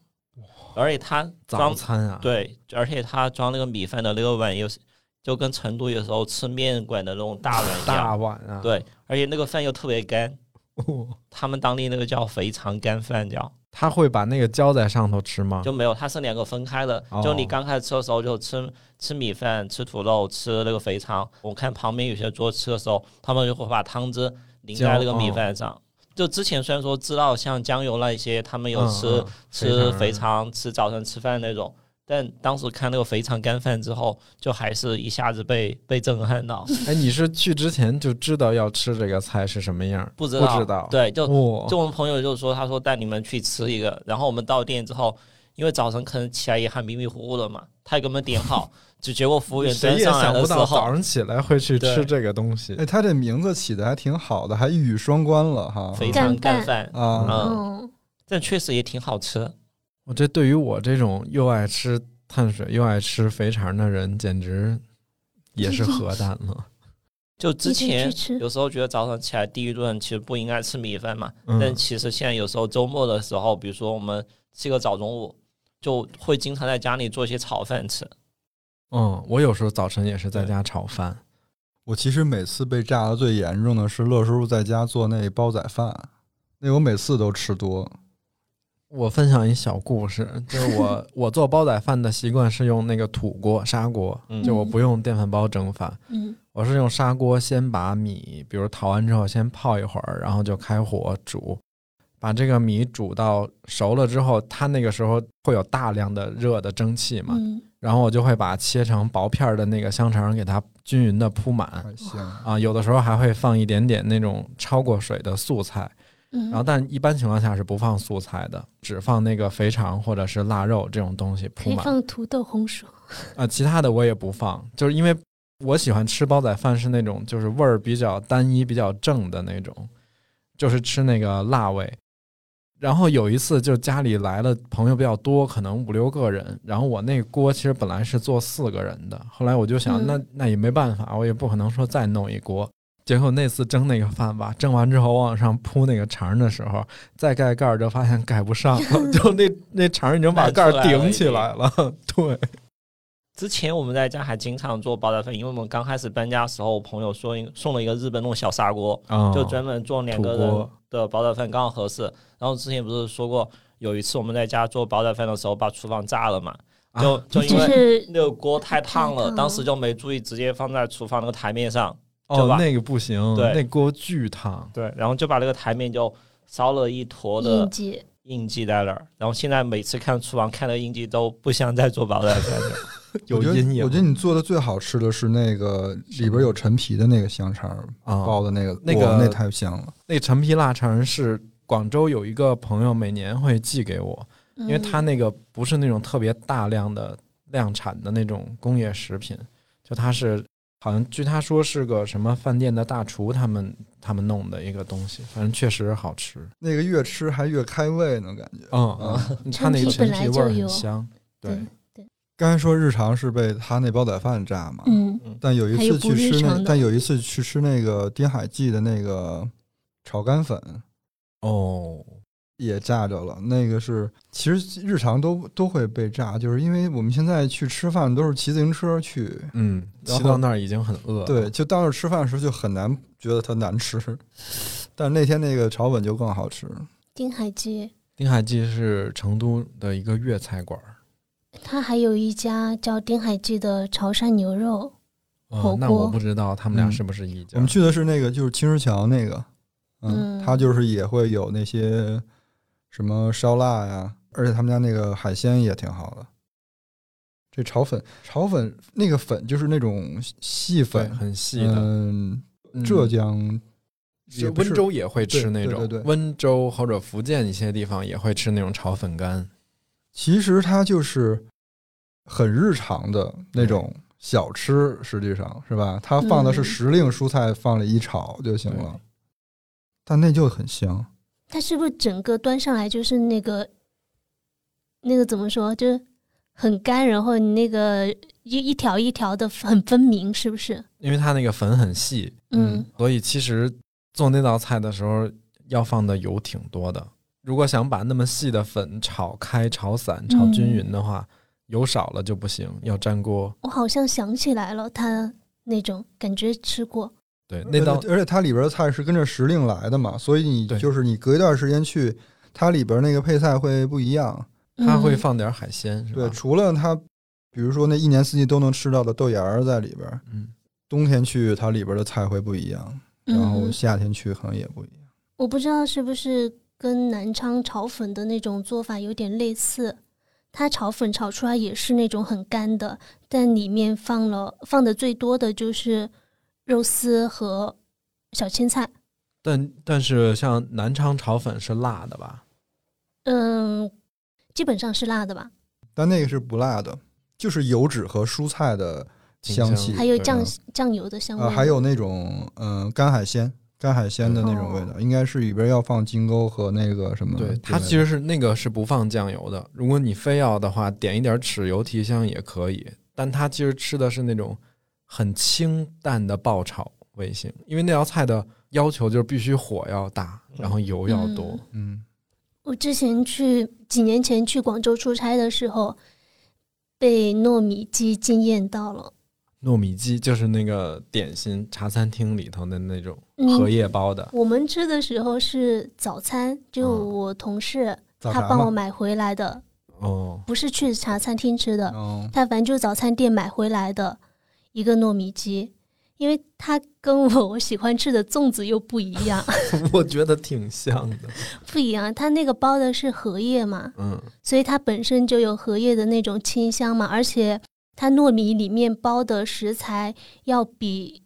S3: 而且它
S1: 早
S3: 装
S1: 餐啊，，
S3: 对，而且它装那个米饭的那个碗又是就跟成都有时候吃面馆的那种大碗一
S1: 大
S3: 样，
S1: 碗啊，，
S3: 对，而且那个饭又特别干，他们当地那个叫肥肠干饭叫，
S1: 他会把那个浇在上头吃吗？
S3: 就没有，它是两个分开的，就你
S1: 啊哦
S3: 刚开始吃的时候就吃吃米饭、吃土豆、吃那个肥肠，我看旁边有些桌吃的时候，他们就会把汤汁淋在
S1: 浇
S3: 那个米
S1: 哦
S3: 饭上。就之前虽然说知道像江油那一些，他们有
S1: 嗯
S3: 吃、
S1: 嗯
S3: 吃
S1: 肥
S3: 肥
S1: 肠
S3: 肠、吃早晨吃饭那种。但当时看那个肥肠干饭之后，就还是一下子被被震撼到，
S1: 哎，你是去之前就知道要吃这个菜是什么样儿？
S3: 不知
S1: 不
S3: 道，
S1: 知道
S3: 对，就
S1: 哇
S3: 就我们朋友就说，他说带你们去吃一个，然后我们到店之后，因为早晨可能起来也还迷迷糊糊的嘛，他也给我们点好， 就结果服务员
S1: 谁
S3: 端
S1: 也
S3: 上来
S1: 想
S3: 的
S1: 不
S3: 时
S1: 到早
S3: 候，
S1: 上起来会去吃
S3: 对
S1: 这个东西
S2: 哎，。他这名字起的还挺好的，还一语双关了哈。
S3: 肥肠
S4: 干
S3: 干饭，
S2: 啊，
S3: 嗯，
S4: 嗯，
S3: 但确实也挺好吃。
S1: 我这对于我这种又爱吃碳水又爱吃肥肠的人，简直也 是核弹了。
S3: 就之
S1: 呃
S4: 一直
S3: 前
S4: 去吃
S3: 有时候觉得早上起来第一顿其实不应该吃米饭嘛，
S1: 嗯
S3: 但其实现在有时候周末的时候，比如说我们吃个早中午，就会经常在家里做一些炒饭吃。
S1: 嗯，我有时候早晨也是在家炒饭。
S2: 我其实每次被炸的最严重的是乐叔叔在家做那煲仔饭，那我每次都吃多。
S1: 我分享一小故事， 就是我我做煲仔饭的习惯是用那个土锅砂锅，
S3: 嗯
S1: 就我不用电饭煲蒸饭，
S4: 嗯
S1: 我是用砂锅先把米，比如淘完之后先泡一会儿，然后就开火煮，把这个米煮到熟了之后，它那个时候会有大量的热的蒸汽嘛，
S4: 嗯，
S1: 然后我就会把切成薄片儿的那个香肠给它均匀的铺满，
S2: 太香了，
S1: 啊，有的时候还会放一点点那种超过水的素菜，
S4: 嗯
S1: 然后但一般情况下是不放素菜的，只放那个肥肠或者是腊肉这种东西
S4: 可
S1: 铺
S4: 以
S1: 满啊、
S4: 放土豆红薯。
S1: 呃其他的我也不放，就是因为我喜欢吃煲仔饭是那种就是味儿比较单一、比较正的那种，就是吃那个辣味。然后有一次就家里来了朋友比较多，可能五六个人，然后我那锅其实本来是做四个人的，后来我就想，
S4: 嗯
S1: 那那也没办法，我也不可能说再弄一锅。结果那次蒸那个饭吧，蒸完之后往上铺那个肠儿的时候，再盖盖儿就发现盖不上了， 就那那肠儿已经把盖儿顶起来了。 对，
S3: 之前我们在家还经常做煲仔饭，因为我们刚开始搬家的时候，我朋友说送了一个日本那种小砂锅，
S1: 啊、
S3: 就专门做两个
S1: 土
S3: 人
S1: 锅
S3: 的煲仔饭刚好合适。然后之前不是说过，有一次我们在家做煲仔饭的时候，把厨房炸了嘛，
S1: 啊
S3: 就就因
S4: 就
S3: 为
S4: 是
S3: 那个锅太烫
S4: 太
S3: 了，
S4: 烫
S3: 当时就没注意，直接放在厨房那个台面上，对
S1: 哦
S3: 吧，
S1: 那个不行，
S3: 对
S1: 那锅巨烫。
S3: 对，然后就把那个台面就烧了一坨的
S4: 应记，
S3: 印记在那儿。然后现在每次看厨房看的印记都不像在做煲仔饭了。
S1: 有
S2: 我觉得
S1: 阴影
S2: 我觉得你做的最好吃的是那个里边有陈皮的那个香肠儿
S1: 啊
S2: 包的那个，
S1: 那个
S2: 哇那太香了。
S1: 那陈皮腊肠是广州有一个朋友每年会寄给我，
S4: 嗯
S1: 因为他那个不是那种特别大量的量产的那种工业食品，就它是好像据他说是个什么饭店的大厨他们他们弄的一个东西，反正确实好吃。
S2: 那个越吃还越开胃呢，感觉。
S1: 嗯
S2: 嗯
S1: 嗯，它那个陈
S4: 陈皮本
S1: 皮味
S4: 来
S1: 儿
S4: 就
S1: 很
S4: 有
S1: 香。对，
S2: 刚才说日常是被他那煲仔饭炸嘛，
S4: 嗯，
S2: 但有一次去
S4: 还有不
S2: 吃
S4: 日常
S2: 那，
S4: 的
S2: 但有一次去吃那个滨海记的那个炒干粉
S1: 哦，
S2: 也炸着了。那个是其实日常都都会被炸，就是因为我们现在去吃饭都是骑自行车去，
S1: 嗯，
S2: 然
S1: 骑
S2: 后
S1: 到那儿已经很饿了。
S2: 对，，就到那儿吃饭的时候就很难觉得它难吃。但那天那个炒粉就更好吃，
S4: 丁海街，
S1: 丁海记是成都的一个粤菜馆儿。
S4: 它还有一家叫丁海记的潮汕牛肉，
S1: 哦
S4: 火，
S1: 那我
S4: 锅
S1: 不知道他们俩
S2: 嗯
S1: 是不是一家。
S2: 我们去的是那个，就是青石桥那个，嗯，
S4: 嗯
S2: 它就是也会有那些什么烧腊呀，而且他们家那个海鲜也挺好的。这炒粉，炒粉那个粉就是那种细
S1: 对，
S2: 粉，
S1: 很细的。
S2: 嗯，
S1: 嗯
S2: 浙江
S1: 是
S2: 也不
S1: 温
S2: 是
S1: 州也会吃
S2: 对
S1: 那
S2: 对
S1: 种，
S2: 对对
S1: 温州或者福建一些地方也会吃那种炒粉干。
S2: 其实它就是很日常的那种小吃，实际上是吧？它放的是
S4: 嗯
S2: 时令蔬菜，放里一炒就行了，但那就很香。
S4: 它是不是整个端上来就是那个那个怎么说，就是很干，然后你那个一一条一条的很分明，是不是？
S1: 因为它那个粉很细，
S4: 嗯，
S1: 所以其实做那道菜的时候要放的油挺多的。如果想把那么细的粉炒开、炒散、炒均
S4: 嗯
S1: 匀的话，油少了就不行，要粘锅。
S4: 我好像想起来了，它那种感觉吃过，
S1: 对，那道
S2: 而且而且它里边的菜是跟着时令来的嘛，所以你
S1: 对
S2: 就是你隔一段时间去，它里边那个配菜会不一样。
S1: 它会
S4: 嗯
S1: 放点海鲜，是吧
S2: 对，？除了它，比如说那一年四季都能吃到的豆芽儿在里边，
S1: 嗯，
S2: 冬天去它里边的菜会不一样，然后
S4: 嗯
S2: 夏天去可能也不一样。
S4: 我不知道是不是跟南昌炒粉的那种做法有点类似，它炒粉炒出来也是那种很干的，但里面放了放的最多的就是肉丝和小青菜。
S1: 但但是像南昌炒粉是辣的吧？
S4: 嗯，基本上是辣的吧，
S2: 但那个是不辣的，就是油脂和蔬菜的
S1: 挺
S2: 香
S1: 香
S2: 气，
S1: 的
S4: 还有
S1: 对啊
S4: 酱
S2: 嗯
S4: 酱油的香味，
S2: 呃，还有那种嗯、呃干海鲜。干海鲜的那种
S4: 哦
S2: 味道，应该是里边要放金钩和那个什么之类的。
S1: 对，它其实是那个是不放酱油的。如果你非要的话，点一点豉油提香也可以。但它其实吃的是那种很清淡的爆炒味型，因为那道菜的要求就是必须火要大，然后油要多
S4: 嗯。
S2: 嗯，
S4: 我之前去几年前去广州出差的时候，被糯米鸡惊艳到了。
S1: 糯米鸡就是那个点心茶餐厅里头的那种
S4: 嗯
S1: 荷叶包的，
S4: 我们吃的时候是早餐，就
S1: 嗯
S4: 我同事、
S2: 早
S4: 他
S2: 茶
S4: 帮
S2: 嘛
S4: 我买回来的，
S1: 哦，
S4: 不是去茶餐厅吃的，
S2: 嗯，
S4: 他反正就早餐店买回来的一个糯米鸡，因为它跟我我喜欢吃的粽子又不一样，
S1: 我觉得挺像的。
S4: 不一样。它那个包的是荷叶嘛，
S1: 嗯，
S4: 所以它本身就有荷叶的那种清香嘛，而且它糯米里面包的食材要比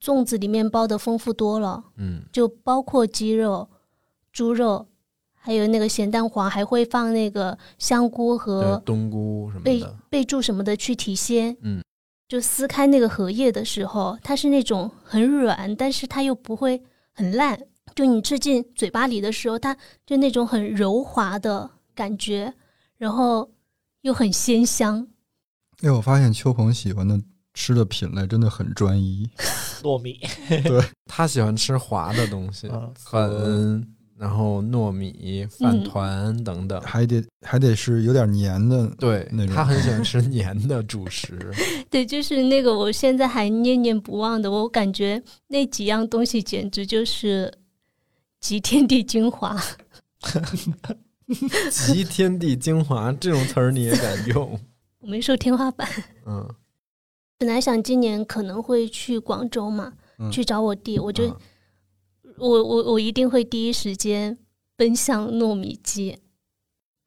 S4: 粽子里面包的丰富多了。
S1: 嗯，
S4: 就包括鸡肉、猪肉，还有那个咸蛋黄，还会放那个香菇
S1: 对
S4: 和，
S1: 冬菇什么
S4: 备
S1: 的，
S4: 备注什么的去提鲜。
S1: 嗯，
S4: 就撕开那个荷叶的时候，它是那种很软，但是它又不会很烂，就你吃进嘴巴里的时候，它就那种很柔滑的感觉，然后又很鲜香。
S2: 哎，我发现秋鹏喜欢的吃的品类真的很专一，
S3: 糯 米，
S1: 他喜欢吃滑的东西，
S3: 嗯
S4: 哦
S1: 粉，然后糯米、饭
S4: 嗯
S1: 团等等。
S2: 还得还得是有点黏的。
S1: 对
S2: 那种
S1: 他很喜欢吃黏的主食，
S4: 对，就是那个我现在还念念不忘的，我感觉那几样东西简直就是集天地精华。
S1: 集天地精华这种词儿你也敢用？
S4: 我没说天花板。
S1: 嗯，
S4: 本来想今年可能会去广州嘛，
S2: 嗯
S4: 去找我弟，我就、
S1: 嗯
S4: 我我我一定会第一时间奔向糯米鸡。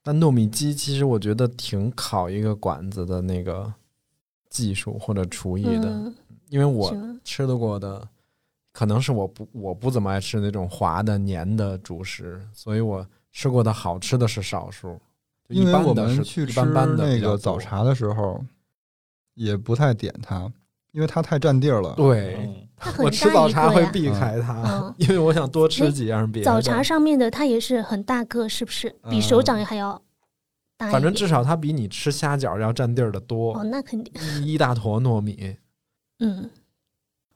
S1: 但糯米鸡其实我觉得挺考一个馆子的那个技术或者厨艺的，
S4: 嗯，啊
S1: 因为我
S4: 是 吗？
S1: 吃的过的，可能是我不我不怎么爱吃那种滑的黏的主食，所以我吃过的好吃的是少数。就
S2: 因
S1: 一
S2: 为
S1: 般
S2: 我
S1: 的是
S2: 们去
S1: 一
S2: 吃
S1: 般般的
S2: 那
S1: 比较多
S2: 个早，茶的时候，也不太点它，因为它太占地儿了。
S1: 对
S3: 嗯，
S4: 它很
S1: 我吃早茶
S4: 大一个
S1: 会
S4: 呀。
S1: 避开它，
S4: 嗯，
S1: 因为我想多吃几样别的。
S4: 早茶上面的它也是很大个，是不是？比手
S1: 嗯
S4: 掌还要大一点。
S1: 反正至少它比你吃虾饺要占地儿的
S4: 哦，
S1: 多，
S4: 那肯定，
S1: 一一大坨糯米，
S4: 嗯，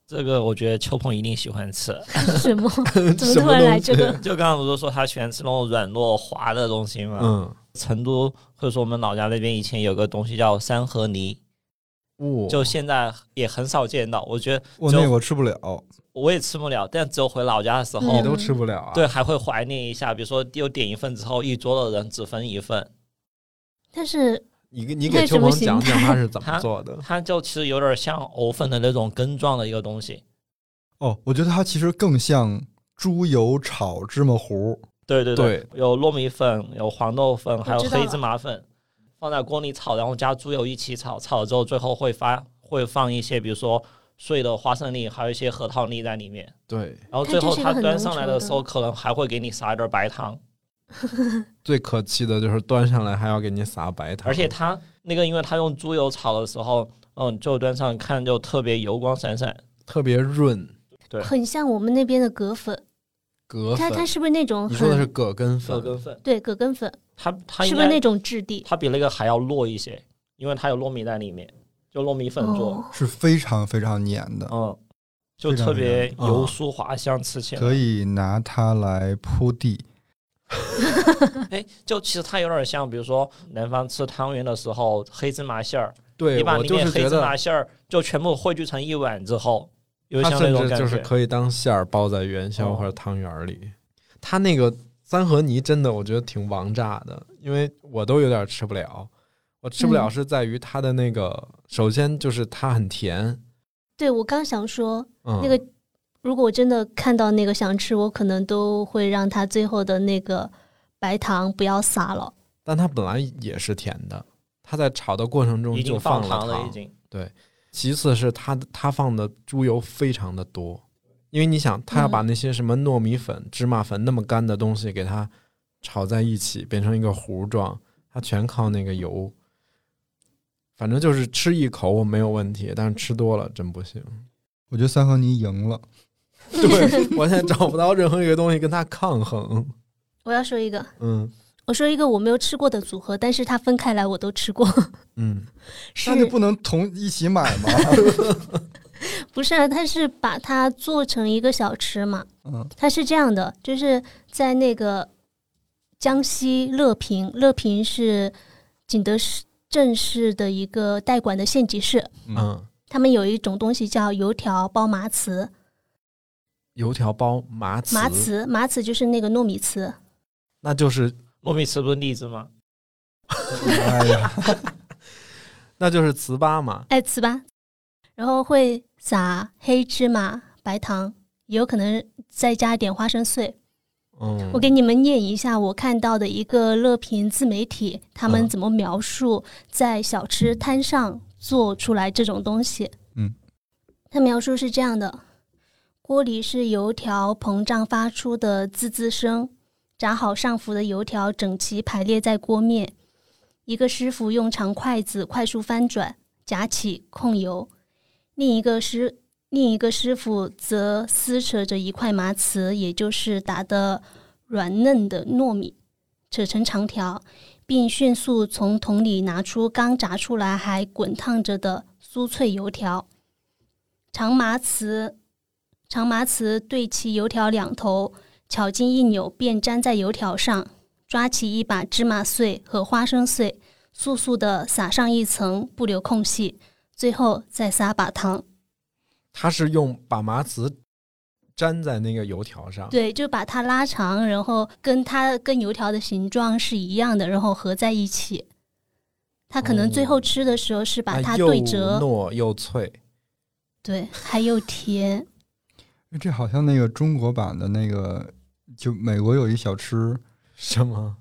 S3: 这个我觉得秋鹏一定喜欢吃。
S4: 什么？怎么
S1: 什
S4: 突
S1: 么
S4: 然来
S1: 东西
S4: 这？个？
S3: 就刚刚不是说他喜欢吃那种软糯滑的东西吗？，
S1: 嗯，
S3: 成都或者说我们老家那边以前有个东西叫三合泥，
S1: 哦
S3: 就现在也很少见到。我觉得
S2: 我
S3: 就
S2: 那个我吃不了，
S3: 我也吃不了，但只有回老家的时候，
S1: 你都吃不了啊？
S3: 对，还会怀念一下。比如说，又点一份之后，一桌的人只分一份，
S4: 但是
S1: 你给你
S4: 那
S1: 给
S4: 什
S1: 秋
S4: 么
S1: 鹏
S4: 形
S1: 讲讲
S4: 态
S1: 他是怎么
S3: 他
S1: 做 的？
S3: 它就其实有点像藕粉的那种羹状的一个东西。
S2: 哦，我觉得它其实更像猪油炒芝麻糊。
S3: 对对
S1: 对，
S3: 有糯米粉，有黄豆粉，还有
S4: 知道
S3: 黑
S4: 了
S3: 芝麻粉，放在锅里炒，然后加猪油一起炒，炒了之后最后会发会放一些，比如说碎的花生粒，还有一些核桃粒在里面。
S1: 对，
S3: 然后
S4: 它
S3: 最
S4: 就
S3: 后
S4: 是一
S3: 它
S4: 个很
S3: 端
S4: 浓
S3: 上来
S4: 稠
S3: 的
S4: 的嗯
S3: 时候，可能还会给你撒一点白糖，
S1: 最可气的就是端上来还要给你撒白糖，
S3: 而且它那个，因为它用猪油炒的时候，嗯，就端上看就特别油光闪闪。
S1: 特别润。
S3: 对
S4: 很像我们那边的葛粉，
S1: 葛
S4: 它它
S1: 粉，
S4: 是不是那种
S1: 你说的是
S4: 很
S1: 葛根
S3: 葛
S1: 粉，
S3: 根粉，
S4: 对葛根粉？
S3: 它它
S4: 是
S3: 应
S4: 不是
S3: 该
S4: 那种质地？
S3: 它比那个还要糯一些，因为它有糯米在里面，就糯米粉做，
S4: 哦，
S2: 是非常非常黏的，
S3: 嗯，就
S2: 非常
S3: 特别
S2: 非
S1: 常
S3: 油
S1: 嗯
S3: 酥滑香，吃起来
S2: 可以拿它来铺地。
S3: 哎，就其实它有点像，比如说南方吃汤圆的时候，黑芝麻馅儿，
S1: 对
S3: 你把
S1: 我
S3: 里
S1: 就
S3: 面
S1: 是
S3: 黑
S1: 觉
S3: 芝
S1: 得
S3: 麻馅儿就全部汇聚成一碗之后，有
S1: 它
S3: 像那
S1: 甚
S3: 种
S1: 至
S3: 感
S1: 就是
S3: 觉。
S1: 可以当馅儿包在元宵
S3: 哦
S1: 或者汤圆儿里。它那个三合泥真的我觉得挺王炸的，因为我都有点吃不了。我吃不了
S4: 嗯
S1: 是在于它的那个，首先就是它很甜，
S4: 对我刚想说，
S1: 嗯，
S4: 那个如果我真的看到那个想吃，我可能都会让它最后的那个白糖不要撒了。
S1: 但它本来也是甜的，它在炒的过程中
S3: 已
S1: 就
S3: 经放
S1: 了
S3: 糖了，已
S1: 糖，
S3: 经。
S1: 其次是它它放的猪油非常的多，因为你想，它要把那些什么糯米粉、芝麻粉那么干的东西给它炒在一起，变成一个糊状，它全靠那个油。反正就是吃一口我没有问题，但是吃多了真不 行。
S2: 我觉得三合泥赢了，
S1: 对我现在找不到任何一个东西跟它抗衡。
S4: 我要说一个，
S1: 嗯
S4: 我说一个我没有吃过的组合，但是它分开来我都吃过，
S1: 嗯，
S4: 是
S2: 那就不能同一起买 吗？
S4: 不是啊？它是把它做成一个小吃嘛？
S2: 嗯，
S4: 它是这样的，就是在那个江西乐平，乐平是景德市镇市的一个代管的县级市，
S1: 嗯，
S4: 他们有一种东西叫油条包麻糍，
S1: 油条包麻糍，
S4: 麻糍麻糍就是那个糯米糍，
S1: 那就是
S3: 糯米糍不是荔枝吗？
S2: 哎呀，
S1: 那就是糍粑嘛。
S4: 哎，糍粑，然后会撒黑芝麻、白糖，也有可能再加一点花生碎。
S1: 嗯，
S4: 我给你们念一下我看到的一个乐平自媒体，他们
S1: 嗯
S4: 怎么描述在小吃摊上做出来这种东西。
S2: 嗯，
S4: 他描述是这样的：锅里是油条膨胀发出的滋滋声，炸好上浮的油条整齐排列在锅面，一个师傅用长筷子快速翻转夹起控油，另一个师另一个师傅则撕扯着一块麻糍，也就是打的软嫩的糯米，扯成长条，并迅速从桶里拿出刚炸出来还滚烫着的酥脆油条。长麻糍，长麻糍对其油条两头巧劲一扭，便粘在油条上。抓起一把芝麻碎和花生碎，速速的撒上一层，不留空隙，最后再撒把糖。
S1: 他是用把麻糍粘在那个油条上，
S4: 对，就把它拉长，然后跟它跟油条的形状是一样的，然后合在一起。他可能最
S1: 哦
S4: 后吃的时候是把它
S1: 又
S4: 对折，
S1: 糯又脆。
S4: 对，还有甜，
S2: 这好像那个中国版的那个，就美国有一小吃，
S1: 什么？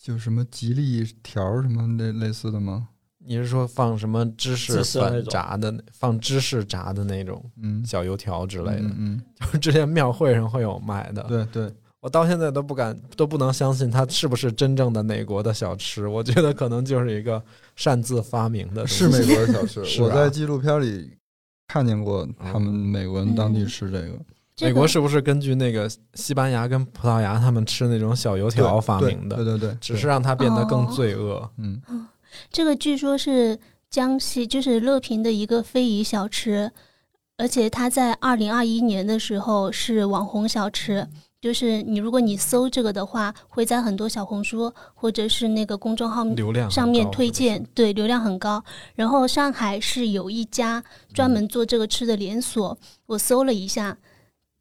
S2: 就什么吉利条儿什么类类似的吗？
S1: 你是说放什么芝士
S3: 芝士那
S1: 粉
S3: 种
S1: 炸的，放芝士炸的那种
S2: 嗯，
S1: 小油条之类的？啊
S2: 嗯，
S1: 就是 之前庙会上会有卖的
S2: 嗯，对对，
S1: 我到现在都不敢都不能相信它是不是真正的美国的小吃，我觉得可能就是一个擅自发明的东西。
S2: 是美国的小吃。
S1: 呃 是
S2: 我
S1: 吧
S2: 在纪录片里看见过他们美国人当
S1: 嗯
S2: 地吃这个，
S4: 这
S1: 美国
S4: 个
S1: 是不是根据那个西班牙跟葡萄牙他们吃那种小油
S2: 对
S1: 条发
S2: 对
S1: 明的？
S2: 对对对，
S1: 只是让它变得
S4: 哦
S1: 更罪恶。
S2: 嗯，
S4: 这个据说是江西，就是乐平的一个非遗小吃，而且它在二零二一年的时候是网红小吃。就是你，如果你搜这个的话，会在很多小红书或者是那个公众号
S1: 流量很
S4: 上面
S1: 高
S4: 推
S1: 是不
S4: 荐
S1: 是，
S4: 对流量很高。然后上海是有一家
S1: 嗯
S4: 专门做这个吃的连锁，我搜了一下，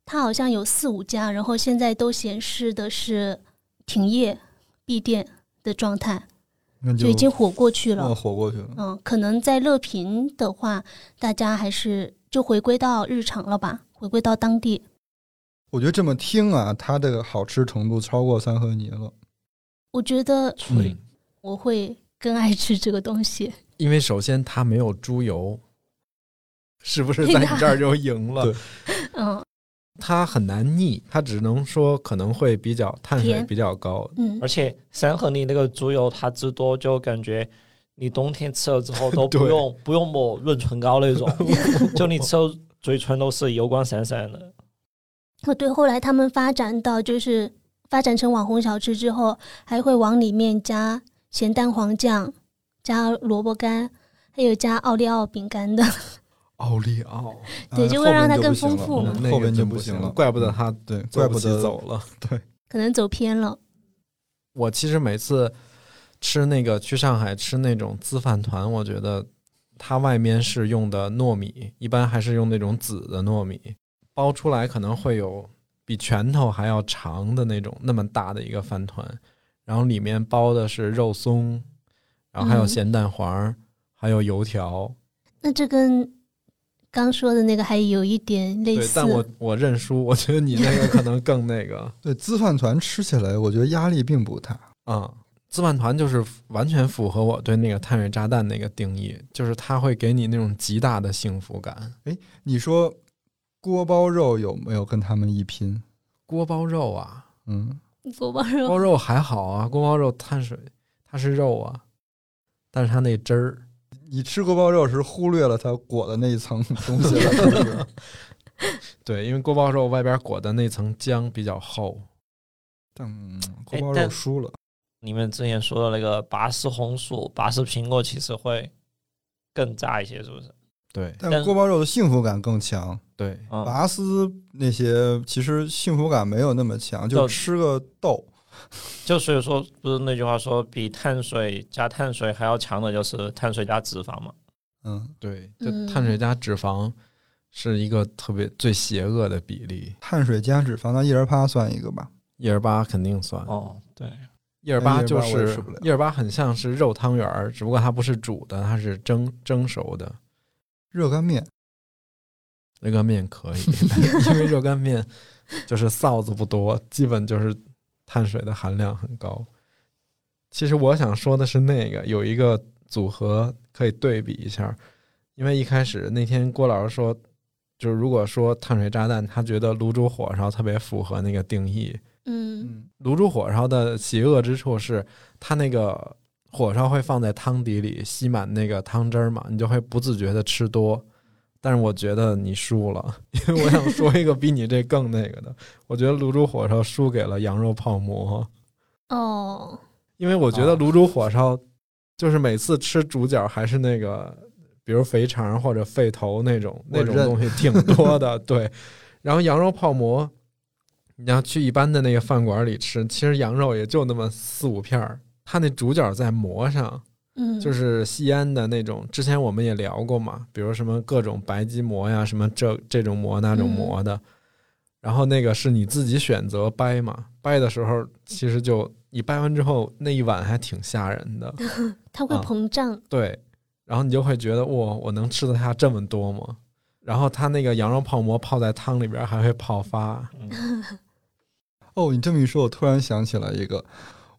S4: 它好像有四五家，然后现在都显示的是停业闭店的状态，
S2: 那
S4: 就
S2: 就
S4: 已经火过去了
S2: 那。火过去了。
S4: 嗯，可能在乐平的话，大家还是就回归到日常了吧，回归到当地。
S2: 我觉得这么听啊，它这个好吃程度超过三合泥了。
S4: 我觉得
S1: 嗯，
S4: 我会更爱吃这个东西。
S1: 因为首先它没有猪油，是不是在你这儿就赢了？
S2: 对
S4: 嗯
S1: 它很难腻，它只能说可能会比较碳水
S4: 甜
S1: 比较高，
S4: 嗯
S3: 而，且三合你那个猪油它之多，就感觉你冬天吃了之后都不
S1: 对
S3: 用不用抹润唇膏 那种，就你吃了嘴唇都是油光闪闪的。
S4: 哦，对，后来他们发展到就是发展成网红小吃之后，还会往里面加咸蛋黄酱、加萝卜干，还有加奥利奥饼干的。
S1: 奥利奥，
S4: 对
S2: 哎
S4: 就
S2: 后
S4: 会让
S2: 边
S4: 它
S2: 就
S4: 更
S2: 不行
S4: 丰
S2: 了
S4: 富
S2: 嗯
S1: 那
S2: 后
S1: 个
S2: 边就
S1: 真
S2: 不
S1: 不
S2: 行
S1: 了，
S2: 了，
S1: 怪不得它
S2: 对，
S1: 走
S2: 怪
S1: 不
S2: 不
S1: 起
S2: 得
S1: 走了。
S4: 可能走偏了，
S1: 我其实每次吃那个去上海吃那种粢饭团，我觉得它外面是用的糯米，一般还是用那种紫的糯米，包出来可能会有比拳头还要长的那种那么大的一个饭团，然后里面包的是肉松，然后还有
S4: 嗯
S1: 咸蛋黄，还有油条。
S4: 那这跟刚说的那个还有一点类
S1: 对
S4: 似，。
S1: 但我我认输，我觉得你那个可能更那个。
S2: 对，粢饭团吃起来，我觉得压力并不大。
S1: 嗯，自饭团就是完全符合我对那个碳水炸弹那个定义，就是它会给你那种极大的幸福感。
S2: 你说锅包肉有没有跟他们一拼？
S1: 锅包肉啊，
S2: 嗯，
S4: 锅包
S1: 锅
S4: 肉
S1: 包肉还好啊，锅包肉碳水它是肉啊，但是它那汁儿，
S2: 你吃锅包肉是忽略了它裹的那一层东西了，是不是？
S1: 对，因为锅包肉外边裹的那层浆比较厚，
S2: 但嗯锅
S3: 哎
S2: 包肉
S3: 但
S2: 输了，
S3: 你们之前说的那个拔丝红薯、拔丝苹果，其实会更炸一些，是不是？
S1: 对
S2: 但
S3: 但
S2: 锅包肉的幸福感更强。
S1: 对，
S3: 嗯，
S2: 拔丝那些其实幸福感没有那么强，就
S3: 就
S2: 吃个豆。
S3: 就所以说，不是那句话说，比碳水加碳水还要强的就是碳水加脂肪嘛？
S2: 嗯，
S1: 对，就
S4: 嗯
S1: 碳水加脂肪是一个特别最邪恶的比例，
S2: 碳水加脂肪，那一人趴算一个吧。
S1: 一二八肯定算，
S3: 哦，对，
S1: 一二八就
S2: 一二八我也
S1: 是
S2: 受不了
S1: 一二八，很像是肉汤圆儿，只不过它不是煮的，它是蒸蒸熟的。
S2: 热干面，
S1: 热干面可以， 因为热干面就是臊子不多，基本就是碳水的含量很高。其实我想说的是，那个有一个组合可以对比一下，因为一开始那天郭老师说，就是如果说碳水炸弹，他觉得卤煮火烧特别符合那个定义，
S4: 嗯，
S2: 嗯，
S1: 卤煮火烧的邪恶之处是，它那个火烧会放在汤底里吸满那个汤汁儿嘛，你就会不自觉的吃多。但是我觉得你输了， 因为我想说一个比你这更那个的。我觉得卤煮火烧输给了羊肉泡馍，
S4: 哦，
S1: 因为我觉得卤煮火烧就是每次吃主角还是那个，比如肥肠或者肺头那种那种
S2: 认
S1: 东西挺多的，对。然后羊肉泡馍，你要去一般的那个饭馆里吃，其实羊肉也就那么四五片儿，它那主角在馍上。
S4: 嗯，
S1: 就是西安的那种，之前我们也聊过嘛，比如什么各种白吉馍呀，什么这这种馍那种馍的，然后那个是你自己选择掰嘛，掰的时候其实就你掰完之后那一碗还挺吓人的，
S4: 它会
S1: 啊
S4: 膨胀，
S1: 对，然后你就会觉得哇，我能吃得下这么多吗？然后它那个羊肉泡馍泡在汤里边还会泡发，
S3: 嗯
S2: 哦，你这么一说，我突然想起来一个，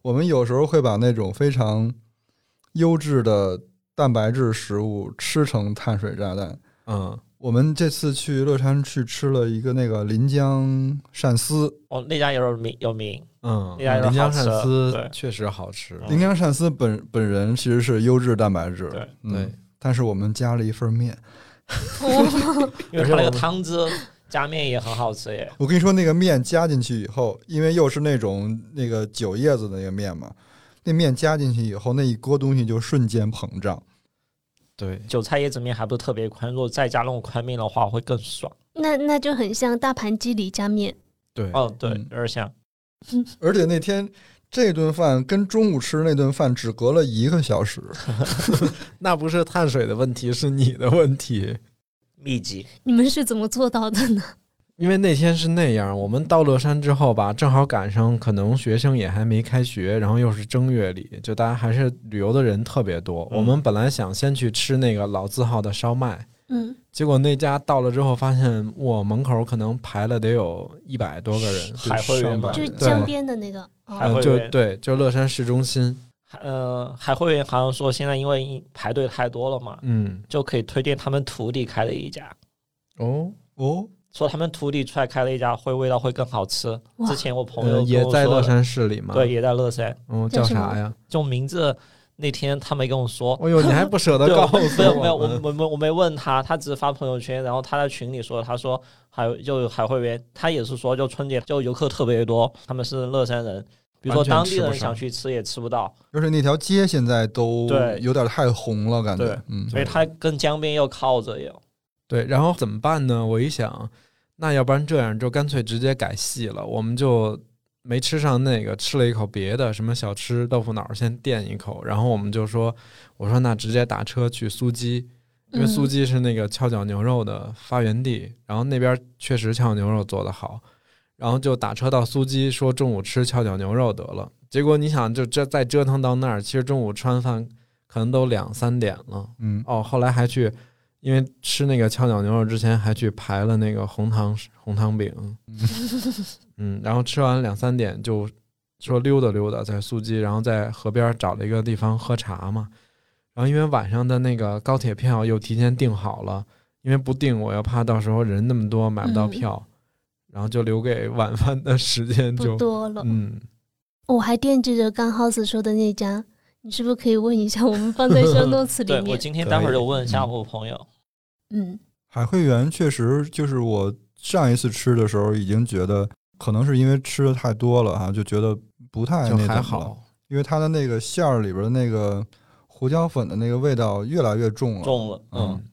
S2: 我们有时候会把那种非常优质的蛋白质食物吃成碳水炸弹。
S1: 嗯，
S2: 我们这次去乐山去吃了一个那个临江鳝丝，
S3: 哦，那家也有名哎有名，
S1: 嗯，
S3: 那家
S1: 临江
S3: 好吃
S1: 鳝丝
S3: 对
S1: 确实好吃，
S3: 嗯
S2: 临江鳝丝本本人其实是优质蛋白质，
S3: 对
S2: 嗯
S1: 哦对，
S2: 但是我们加了一份面。
S3: 因为它那个汤汁加面也很好吃耶。
S2: 我跟你说，那个面加进去以后，因为又是那种那个酒叶子的那个面嘛，那面加进去以后，那一锅东西就瞬间膨胀。
S1: 对，
S3: 韭菜叶子面还不是特别宽，如果再加那种宽面的话，会更爽。
S4: 那那就很像大盘鸡里加面。
S1: 对，
S3: 哦，对，
S2: 嗯
S3: 有点像。
S2: 而且那天这顿饭跟中午吃那顿饭只隔了一个小时，
S1: 那不是碳水的问题，是你的问题。
S3: 密集，
S4: 你们是怎么做到的呢？
S1: 因为那天是那样，我们到乐山之后吧，正好赶上可能学生也还没开学，然后又是正月里，就大家还是旅游的人特别多。
S3: 嗯
S1: 我们本来想先去吃那个老字号的烧麦，
S4: 嗯，
S1: 结果那家到了之后，发现哇，门口可能排了得有一百多个人，
S3: 海汇
S2: 上
S3: 园吧
S2: 班
S4: 嗯就是
S2: 对
S4: 江边的那个，
S3: 还
S4: 哦，
S1: 嗯，
S3: 会
S1: 就
S3: 人
S1: 对，就乐山市中心，
S3: 呃，海会员好像说现在因为排队太多了嘛，
S1: 嗯，
S3: 就可以推荐他们徒弟开的一家，
S1: 哦，
S2: 哦，
S3: 说他们徒弟出来开了一家，会味道会更好吃。
S4: 哇
S3: 之前我朋友
S1: 呃，
S3: 跟
S1: 也
S3: 我
S1: 在
S3: 说
S1: 乐
S3: 的，
S1: 山市里嘛，
S3: 对，，也在乐山，
S1: 嗯，
S4: 叫
S1: 叫
S4: 什么
S1: 啥呀？
S3: 就名字那天他没跟我说。
S1: 哎呦，你还不舍得
S3: 对，
S1: 告
S3: 我
S1: 诉
S3: 没有没有，我
S1: 们
S3: 我没我没问他，他只是发朋友圈，然后他在群里说，他说还有就海会园，他也是说就春节就游客特别多，他们是乐山人，比如说
S1: 完全
S3: 当地
S1: 吃不
S3: 人
S1: 上
S3: 想去吃也吃不到，
S2: 就是那条街现在都
S3: 对
S2: 有点太红了，感觉
S3: 对，
S2: 嗯，
S3: 所以他跟江边又靠着有，
S1: 对，然后怎么办呢？我一想，那要不然这样，就干脆直接改戏了。我们就没吃上那个，吃了一口别的，什么小吃豆腐脑儿先垫一口。然后我们就说，我说那直接打车去苏鸡，因为苏
S4: 嗯
S1: 鸡是那个跷脚牛肉的发源地，然后那边确实跷脚牛肉做得好。然后就打车到苏鸡，说中午吃跷脚牛肉得了。结果你想，就这再折腾到那儿，其实中午吃完饭可能都两三点了。
S2: 嗯，
S1: 哦，后来还去，因为吃那个跷脚牛肉之前还去排了那个红糖红糖饼， 嗯，然后吃完两三点就说溜达溜达，在苏基，然后在河边找了一个地方喝茶嘛。然后因为晚上的那个高铁票又提前订好了，因为不订我又怕到时候人那么多买不到
S4: 嗯
S1: 票，然后就留给晚饭的时间
S4: 不
S1: 就
S4: 多了。
S1: 嗯，
S4: 我哦还惦记着刚 house 说的那家，你是不是可以问一下？我们 放在 show notes
S3: 对
S4: 里
S3: 我
S4: 面。
S3: 今天
S2: 可
S3: 待会
S2: 以
S3: 儿就问一下
S2: 嗯
S3: 我朋友，
S4: 嗯，
S2: 海汇园确实就是我上一次吃的时候已经觉得，可能是因为吃的太多了哈、就觉得不太
S1: 就
S2: 哎那
S1: 还
S2: 什么了，
S1: 好，
S2: 因为它的那个馅儿里边的那个胡椒粉的那个味道越来越重了，
S3: 中了，嗯，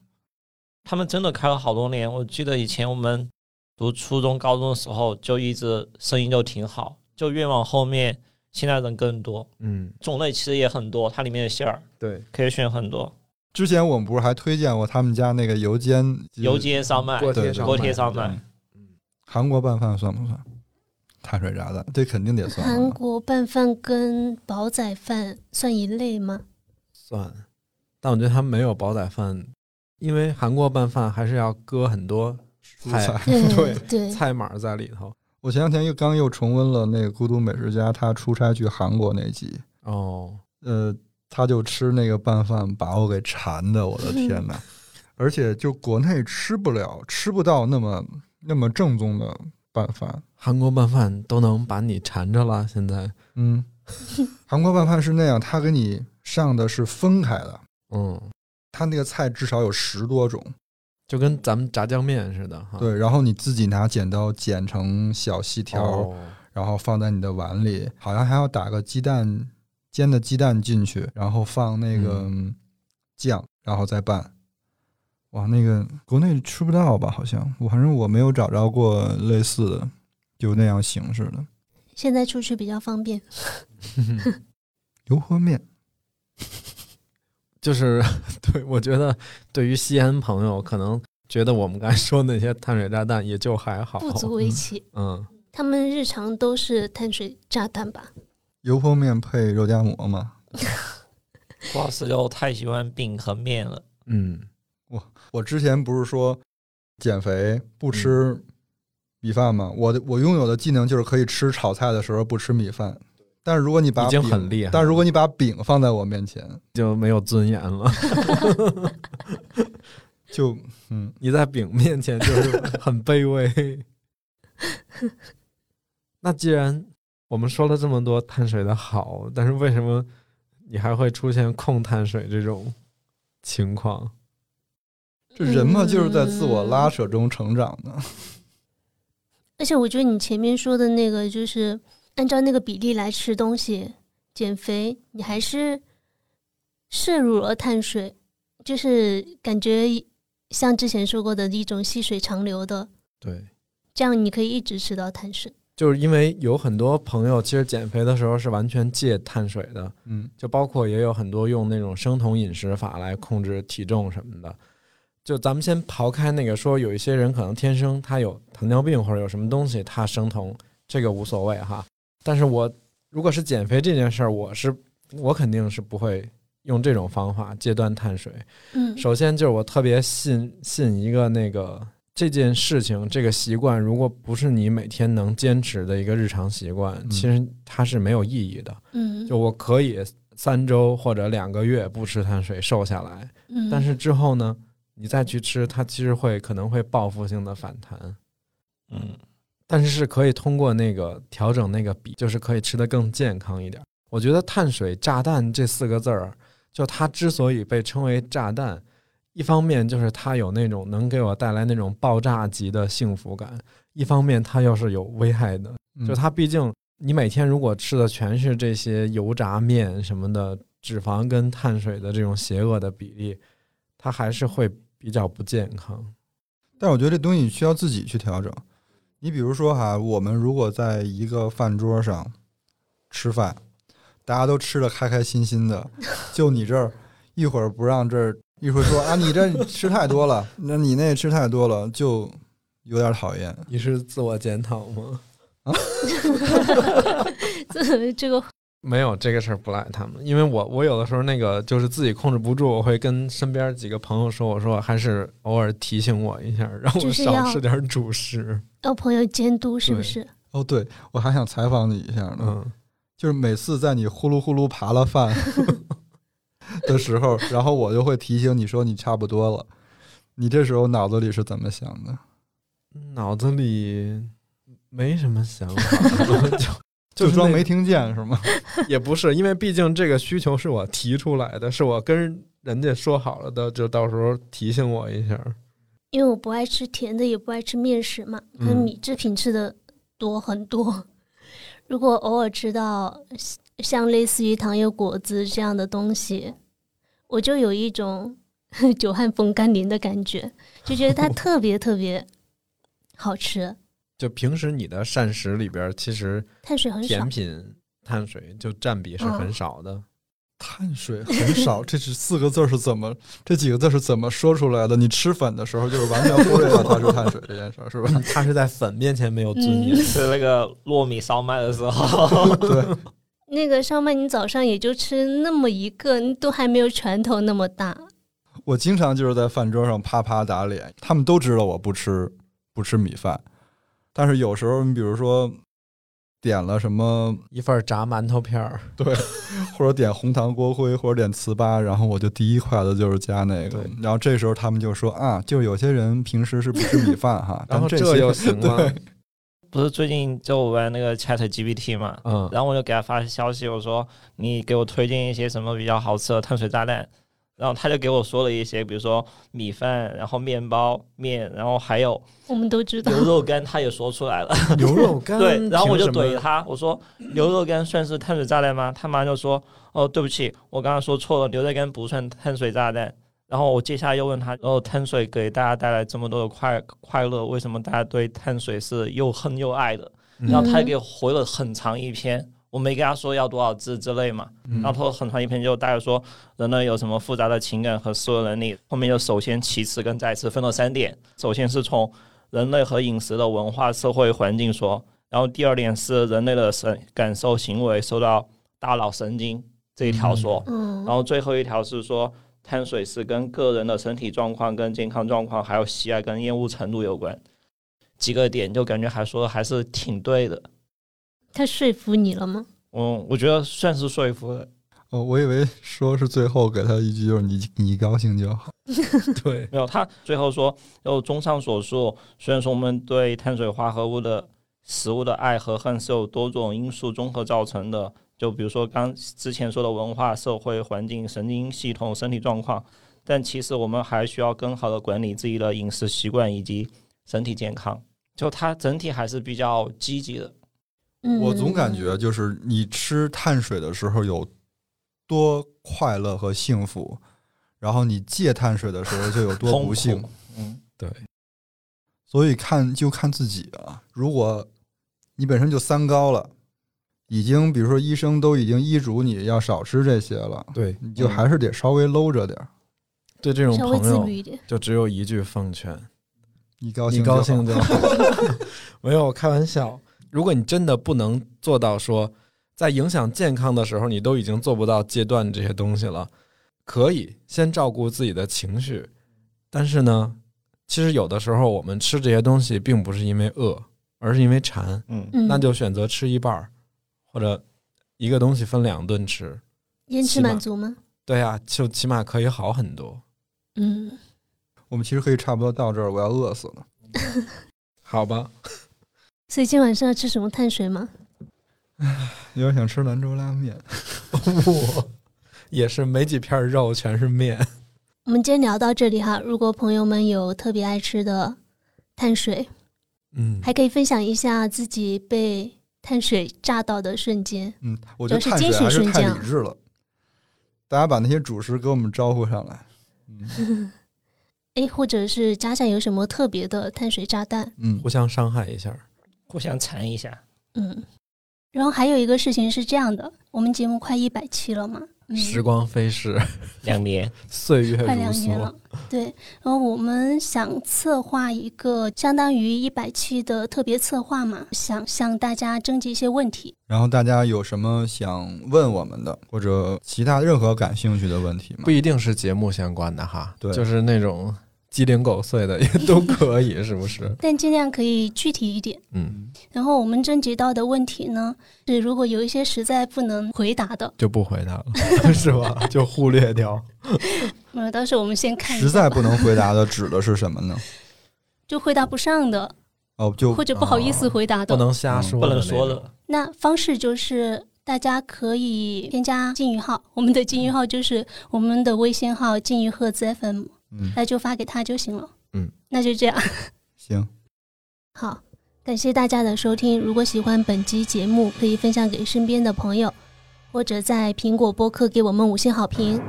S3: 他们真的开了好多年。我记得以前我们读初中、高中的时候，就一直生意就挺好，就越往后面，现在人更多，
S1: 嗯，
S3: 种类其实也很多，它里面的馅儿
S1: 对，
S3: 可以选很多，
S2: 之前我们不是还推荐过他们家那个油煎
S3: 油煎烧麦、
S1: 锅
S2: 对
S1: 贴
S2: 对
S1: 上
S3: 锅贴
S1: 卖
S3: 烧麦，
S2: 韩国拌饭算不算？碳水炸弹，这肯定得算
S4: 韩
S2: 了吧。
S4: 国拌饭跟煲仔饭算一类吗？
S1: 算，但我觉得他们没有煲仔饭，因为韩国拌饭还是要搁很多
S2: 蔬
S1: 菜
S2: 菜。
S1: 对
S4: 对嗯对，
S1: 菜码儿在里头。
S2: 我前两天又刚又重温了那个《孤独美食家》，他出差去韩国那集，
S1: 哦，
S2: 呃，他就吃那个拌饭，把我给馋的，我的天呐！而且就国内吃不了，吃不到那么那么正宗的拌饭。
S1: 韩国拌饭都能把你馋着了，现在，
S2: 嗯，韩国拌饭是那样，他给你上的是分开的，
S1: 嗯，
S2: 他那个菜至少有十多种。
S1: 就跟咱们炸酱面似的哈。哦
S2: 对，然后你自己拿剪刀剪成小细条，
S1: 哦，
S2: 然后放在你的碗里，好像还要打个鸡蛋煎的鸡蛋进去，然后放那个
S1: 嗯
S2: 酱，然后再拌。哇，那个国内吃不到吧？好像我反正我没有找着过类似的，就那样形式的
S4: 现在出去比较方便。
S2: 油泼面。
S1: 就是 对，我觉得对于西安朋友，可能觉得我们刚才说那些碳水炸弹也就还好，
S4: 不足为
S3: 哦
S4: 奇。
S1: 嗯，
S4: 他们日常都是碳水炸弹吧？
S2: 油泼面配肉夹馍嘛。
S3: 不好意思，就太喜欢饼和面了。
S1: 嗯
S2: 我之前不是说减肥不吃
S1: 嗯
S2: 米饭吗？我的我拥有的技能就是可以吃炒菜的时候不吃米饭。但是如果你把
S1: 已经
S2: 饼
S1: 很厉害
S2: 但如果你把饼放在我面前，
S1: 就没有尊严了。
S2: 就嗯，
S1: 你在饼面前就是 很卑微。那既然我们说了这么多碳水的好，但是为什么你还会出现控碳水这种情况？
S2: 这人嘛
S4: 嗯
S2: 就是在自我拉扯中成长的。
S4: 而且我觉得你前面说的那个，就是按照那个比例来吃东西减肥，你还是摄入了碳水，就是感觉像之前说过的一种细水长流的，
S1: 对，
S4: 这样你可以一直吃到碳水。
S1: 就是因为有很多朋友其实减肥的时候是完全戒碳水的，
S2: 嗯，
S1: 就包括也有很多用那种生酮饮食法来控制体重什么的。就咱们先刨开那个说，有一些人可能天生他有糖尿病或者有什么东西，他生酮这个无所谓哈。但是我如果是减肥这件事儿，我是我肯定是不会用这种方法戒断碳水。
S4: 嗯，
S1: 首先就是我特别信信一个那个这件事情这个习惯，如果不是你每天能坚持的一个日常习惯，
S2: 嗯
S1: 其实它是没有意义的。
S4: 嗯，
S1: 就我可以三周或者两个月不吃碳水瘦下来，
S4: 嗯
S1: 但 是之后呢，你再去吃，它其实会可能会报复性的反弹，
S3: 嗯，
S1: 但是是可以通过那个调整那个比，就是可以吃得更健康一点。我觉得“碳水炸弹”这四个字儿，就它之所以被称为炸弹，一方面就是它有那种能给我带来那种爆炸级的幸福感，一方面它又是有危害的。
S2: 嗯
S1: 就它毕竟你每天如果吃的全是这些油炸面什么的，脂肪跟碳水的这种邪恶的比例，它还是会比较不健康。
S2: 但我觉得这东西需要自己去调整。你比如说哈，我们如果在一个饭桌上吃饭，大家都吃的开开心心的，就你这儿一会儿不让这儿，一会儿说啊你这吃太多了，那你那吃太多了，就有点讨厌。
S1: 你是自我检讨吗？
S4: 这这个
S1: 没有这个事儿不赖他们，因为我我有的时候那个就是自己控制不住，我会跟身边几个朋友说，我说还是偶尔提醒我一下，让我
S4: 就是
S1: 少
S4: 要
S1: 吃点主食。
S4: 要朋友监督是不
S1: 对
S4: 是？
S2: 哦，对我还想采访你一下呢，
S1: 嗯，
S2: 就是每次在你呼噜呼噜扒拉 饭的时候，然后我就会提醒你说你差不多了，你这时候脑子里是怎么想的？
S1: 脑子里没什么想法， 就
S2: 就是装
S1: 那
S2: 没听见是吗？
S1: 也不是，因为毕竟这个需求是我提出来的，是我跟人家说好了的，就到时候提醒我一下。
S4: 因为我不爱吃甜的，也不爱吃面食嘛，
S1: 嗯
S4: 跟米制品吃的多很多。如果偶尔吃到像类似于糖油果汁这样的东西，我就有一种 久旱逢甘霖的感觉，就觉得它特别特别好吃，
S1: 就平时你的膳食里边，其实
S4: 碳水很少
S1: 甜。品、碳水就占比是很少的。
S2: 碳水很少，这是四个字儿是怎么，这几个字儿是怎么说出来的？你吃粉的时候就是完全忽略了它是碳水这件事儿，是 吧？
S1: 它是在粉面前没有尊严。
S3: 吃那个糯米烧麦的时 候，
S2: 对，
S4: 那个烧麦，你早上也就吃那么一个，都还没有拳头那么大。
S2: 我经常就是在饭桌上啪啪打脸，他们都知道我不吃不吃米饭，但是有时候你比如说点了什么，
S1: 一份炸馒头片儿，
S2: 或者点红糖锅盔，或者点糍粑，然后我就第一筷子就是加那个
S1: 对，
S2: 然后这时候他们就说啊，就是有些人平时是不吃米饭哈，
S1: 然后
S2: 但
S1: 这
S2: 些
S1: 就 行了。
S3: 不是最近就玩那个 Chat GPT 嘛，
S1: 嗯，
S3: 然后我就给他发消息，我说你给我推荐一些什么比较好吃的碳水炸弹。然后他就给我说了一些，比如说米饭，然后面包、面，然后还 有
S5: 我们都知道
S3: 牛，肉干，他也说出来了。
S1: 牛肉干
S3: 对，然后我就
S1: 凭什么
S3: 怼他，我说牛肉干算是碳水炸弹吗？他马上就说，哦，对不起，我刚刚说错了，牛肉干不算碳水炸弹。然后我接下来又问他，哦，碳水给大家带来这么多的快快乐，为什么大家对碳水是又恨又爱的？
S1: 嗯
S3: 然后他给我回了很长一篇，我没跟他说要多少字之类嘛，
S1: 嗯
S3: 然后他很长一篇就大概说人类有什么复杂的情感和思维能力，后面就首先、其次跟再次分了三点，首先是从人类和饮食的文化、社会环境说，然后第二点是人类的神感受行为受到大脑神经这一条说，
S4: 嗯
S3: 然后最后一条是说。碳水是跟个人的身体状况、跟健康状况，还有喜爱跟厌恶程度有关，几个点就感觉还说的还是挺对的。
S4: 他说服你了吗？
S3: 嗯，我觉得算是说服了。
S2: 哦，我以为说是最后给他一句，就是你你高兴就 好。
S1: 对，
S3: 没有，他最后说，就综上所述，虽然说我们对碳水化合物的食物的爱和恨是由多种因素综合造成的，就比如说刚之前说的文化、社会环境、神经系统、身体状况，但其实我们还需要更好的管理自己的饮食习惯以及身体健康。就他整体还是比较积极的，
S4: 嗯，
S2: 我总感觉就是你吃碳水的时候有多快乐和幸福，然后你戒碳水的时候就有多
S3: 痛
S2: 不
S3: 苦
S2: 幸。。
S3: 嗯，
S2: 所以看就看自己啊。如果你本身就三高了，已经比如说医生都已经医嘱你要少吃这些了，
S1: 对嗯
S2: 你就还是得稍微搂着点儿。
S1: 对，这种
S4: 稍微
S1: 朋
S4: 自
S1: 友
S4: 律一点。
S1: 就只有一句奉劝：
S2: 你高兴
S1: 你高
S2: 好
S1: 兴就好。没有，我开玩笑。如果你真的不能做到说，在影响健康的时候，你都已经做不到戒断这些东西了，可以先照顾自己的情绪。但是呢，其实有的时候我们吃这些东西，并不是因为饿，而是因为馋。
S3: 嗯，
S4: 嗯，
S1: 那就选择吃一半儿，或者一个东西分两顿吃。
S4: 延迟
S1: 起码
S4: 满足吗？
S1: 对呀、就起码可以好很多。
S4: 嗯，
S2: 我们其实可以差不多到这儿，我要饿死了。
S1: 好吧，
S4: 所以今晚上要吃什么碳水吗？
S2: 有点想吃兰州拉面，
S1: 我也是没几片肉，全是面。
S4: 我们今天聊到这里哈。如果朋友们有特别爱吃的碳水，
S1: 嗯，
S4: 还可以分享一下自己被碳水炸到的瞬间。
S2: 嗯，我觉得
S4: 主
S2: 碳
S4: 要
S2: 水
S4: 是
S2: 还
S4: 精
S2: 是
S4: 神
S2: 太
S4: 瞬
S2: 理
S4: 间
S2: 智了。大家把那些主食给我们招呼上来。嗯
S4: 哎，或者是家长有什么特别的碳水炸弹？
S2: 嗯
S1: 互，相伤害一下。
S3: 互相馋一下。
S4: 嗯，然后还有一个事情是这样的，我们节目快一百期了嘛，嗯、
S1: 时光飞逝，
S3: 两年，
S1: 岁月
S4: 快
S1: 如
S4: 两年
S1: 梭
S4: 了。，对。然后我们想策划一个相当于一百期的特别策划嘛，想向大家征集一些问题。
S2: 然后大家有什么想问我们的，或者其他任何感兴趣的问题吗
S1: 不？一定是节目相关的哈，
S2: 对
S1: 就是那种鸡零狗碎的也 都可以，是不是？
S4: 但尽量可以具体一点。
S1: 嗯，
S4: 然后我们征集到的问题呢，是如果有一些实在不能回答的，
S1: 就不回答了，是吧？就忽略掉。
S4: 呃，到时候我们先看一
S2: 实
S4: 下
S2: 在
S4: 吧
S2: 不能回答的指的是什么呢？
S4: 就回答不上的，
S2: 哦，就
S4: 或者不好意思回答
S1: 不
S4: 的，
S1: 能瞎说，
S3: 不能说了。。
S4: 那方式就是大家可以添加金鱼号，我们的金鱼号就是我们的微信号“金鱼赫兹 FM”，
S2: 嗯，
S4: 那就发给他就行了。
S1: 嗯，
S4: 那就这样。
S2: 行，
S4: 好，感谢大家的收听。如果喜欢本期节目，可以分享给身边的朋友，或者在苹果播客给我们五星好评。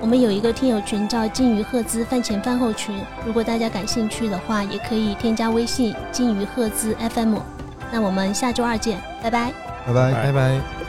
S4: 我们有一个听友群叫“金鱼赫兹饭前饭后群”，如果大家感兴趣的话，也可以添加微信“金鱼赫兹 FM”。那我们下周二见，拜拜。
S2: 拜拜
S1: 拜拜。